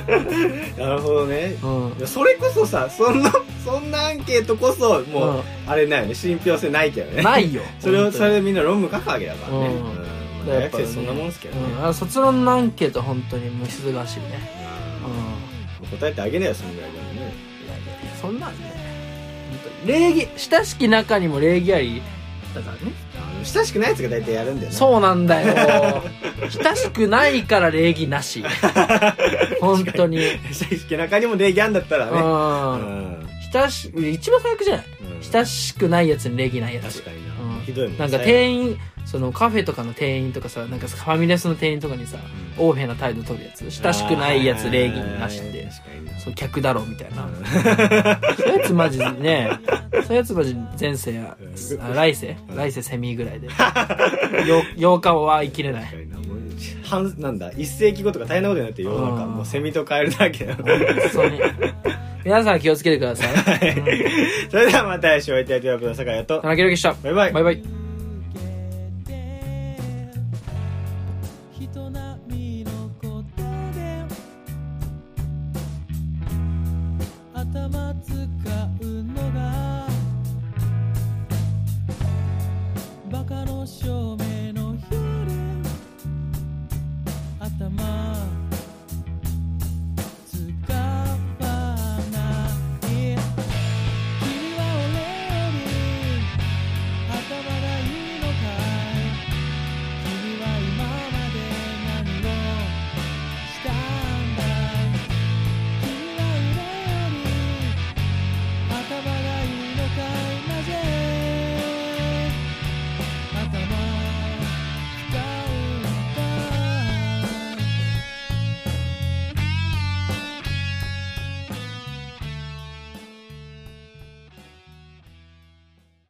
[SPEAKER 1] え。なるほどね。
[SPEAKER 2] な、うん
[SPEAKER 1] いやそれこそさ、そんな、そんなアンケートこそ、もう
[SPEAKER 2] う、
[SPEAKER 1] んあれないよね。信憑性ないけどね。
[SPEAKER 2] ないよ
[SPEAKER 1] [laughs] それを
[SPEAKER 2] 本当
[SPEAKER 1] そ
[SPEAKER 2] に
[SPEAKER 1] れでみんな論文書くわけだからね、
[SPEAKER 2] う
[SPEAKER 1] うんんまあ
[SPEAKER 2] だから
[SPEAKER 1] 大
[SPEAKER 2] やっぱ
[SPEAKER 1] 学生そんなもんですけどね、
[SPEAKER 2] うん、あ卒論のアンケート本当に無視がしいね、うん、い
[SPEAKER 1] うん答えてあげなよそのぐらいでもね
[SPEAKER 2] やいやいやそんなんね本当に礼儀親しき中にも礼儀ありだから
[SPEAKER 1] [laughs]
[SPEAKER 2] ね
[SPEAKER 1] あの親しくないやつが大体やるんだよねう
[SPEAKER 2] そうなんだ
[SPEAKER 1] [laughs]
[SPEAKER 2] よ親しくないから礼儀なし本当に
[SPEAKER 1] 親しく中にも礼儀あんだったらねう
[SPEAKER 2] うん
[SPEAKER 1] ん
[SPEAKER 2] 親し一番最悪じゃない
[SPEAKER 1] うん
[SPEAKER 2] 親しくないやつに礼儀ないやつ
[SPEAKER 1] 確かに
[SPEAKER 2] う
[SPEAKER 1] なんひどいもん
[SPEAKER 2] なんか店員そのカフェとかの店員とかさなんかファミレスの店員とかにさ横柄な態度取るやつ親しくないやつ礼儀なしって
[SPEAKER 1] 確かにな
[SPEAKER 2] そう客だろみたいな
[SPEAKER 1] うん
[SPEAKER 2] そういうやつマジ
[SPEAKER 1] [laughs]
[SPEAKER 2] ねそういうやつマジ前世やあ来世来世セミぐ
[SPEAKER 1] [laughs]
[SPEAKER 2] らいでよ8日は生きれない
[SPEAKER 1] 確かになもう半なんだ一世紀後とか大変なことになってる世の中
[SPEAKER 2] うん
[SPEAKER 1] もうセミとカエルだらけだ
[SPEAKER 2] 本当に皆さん気をつけてください
[SPEAKER 1] [laughs] それではまた来週お会いいたいということで酒井と
[SPEAKER 2] 田中裕樹でした
[SPEAKER 1] バイバイ
[SPEAKER 2] バイバイ
[SPEAKER 3] 人並みの答えで頭使うのがバカの性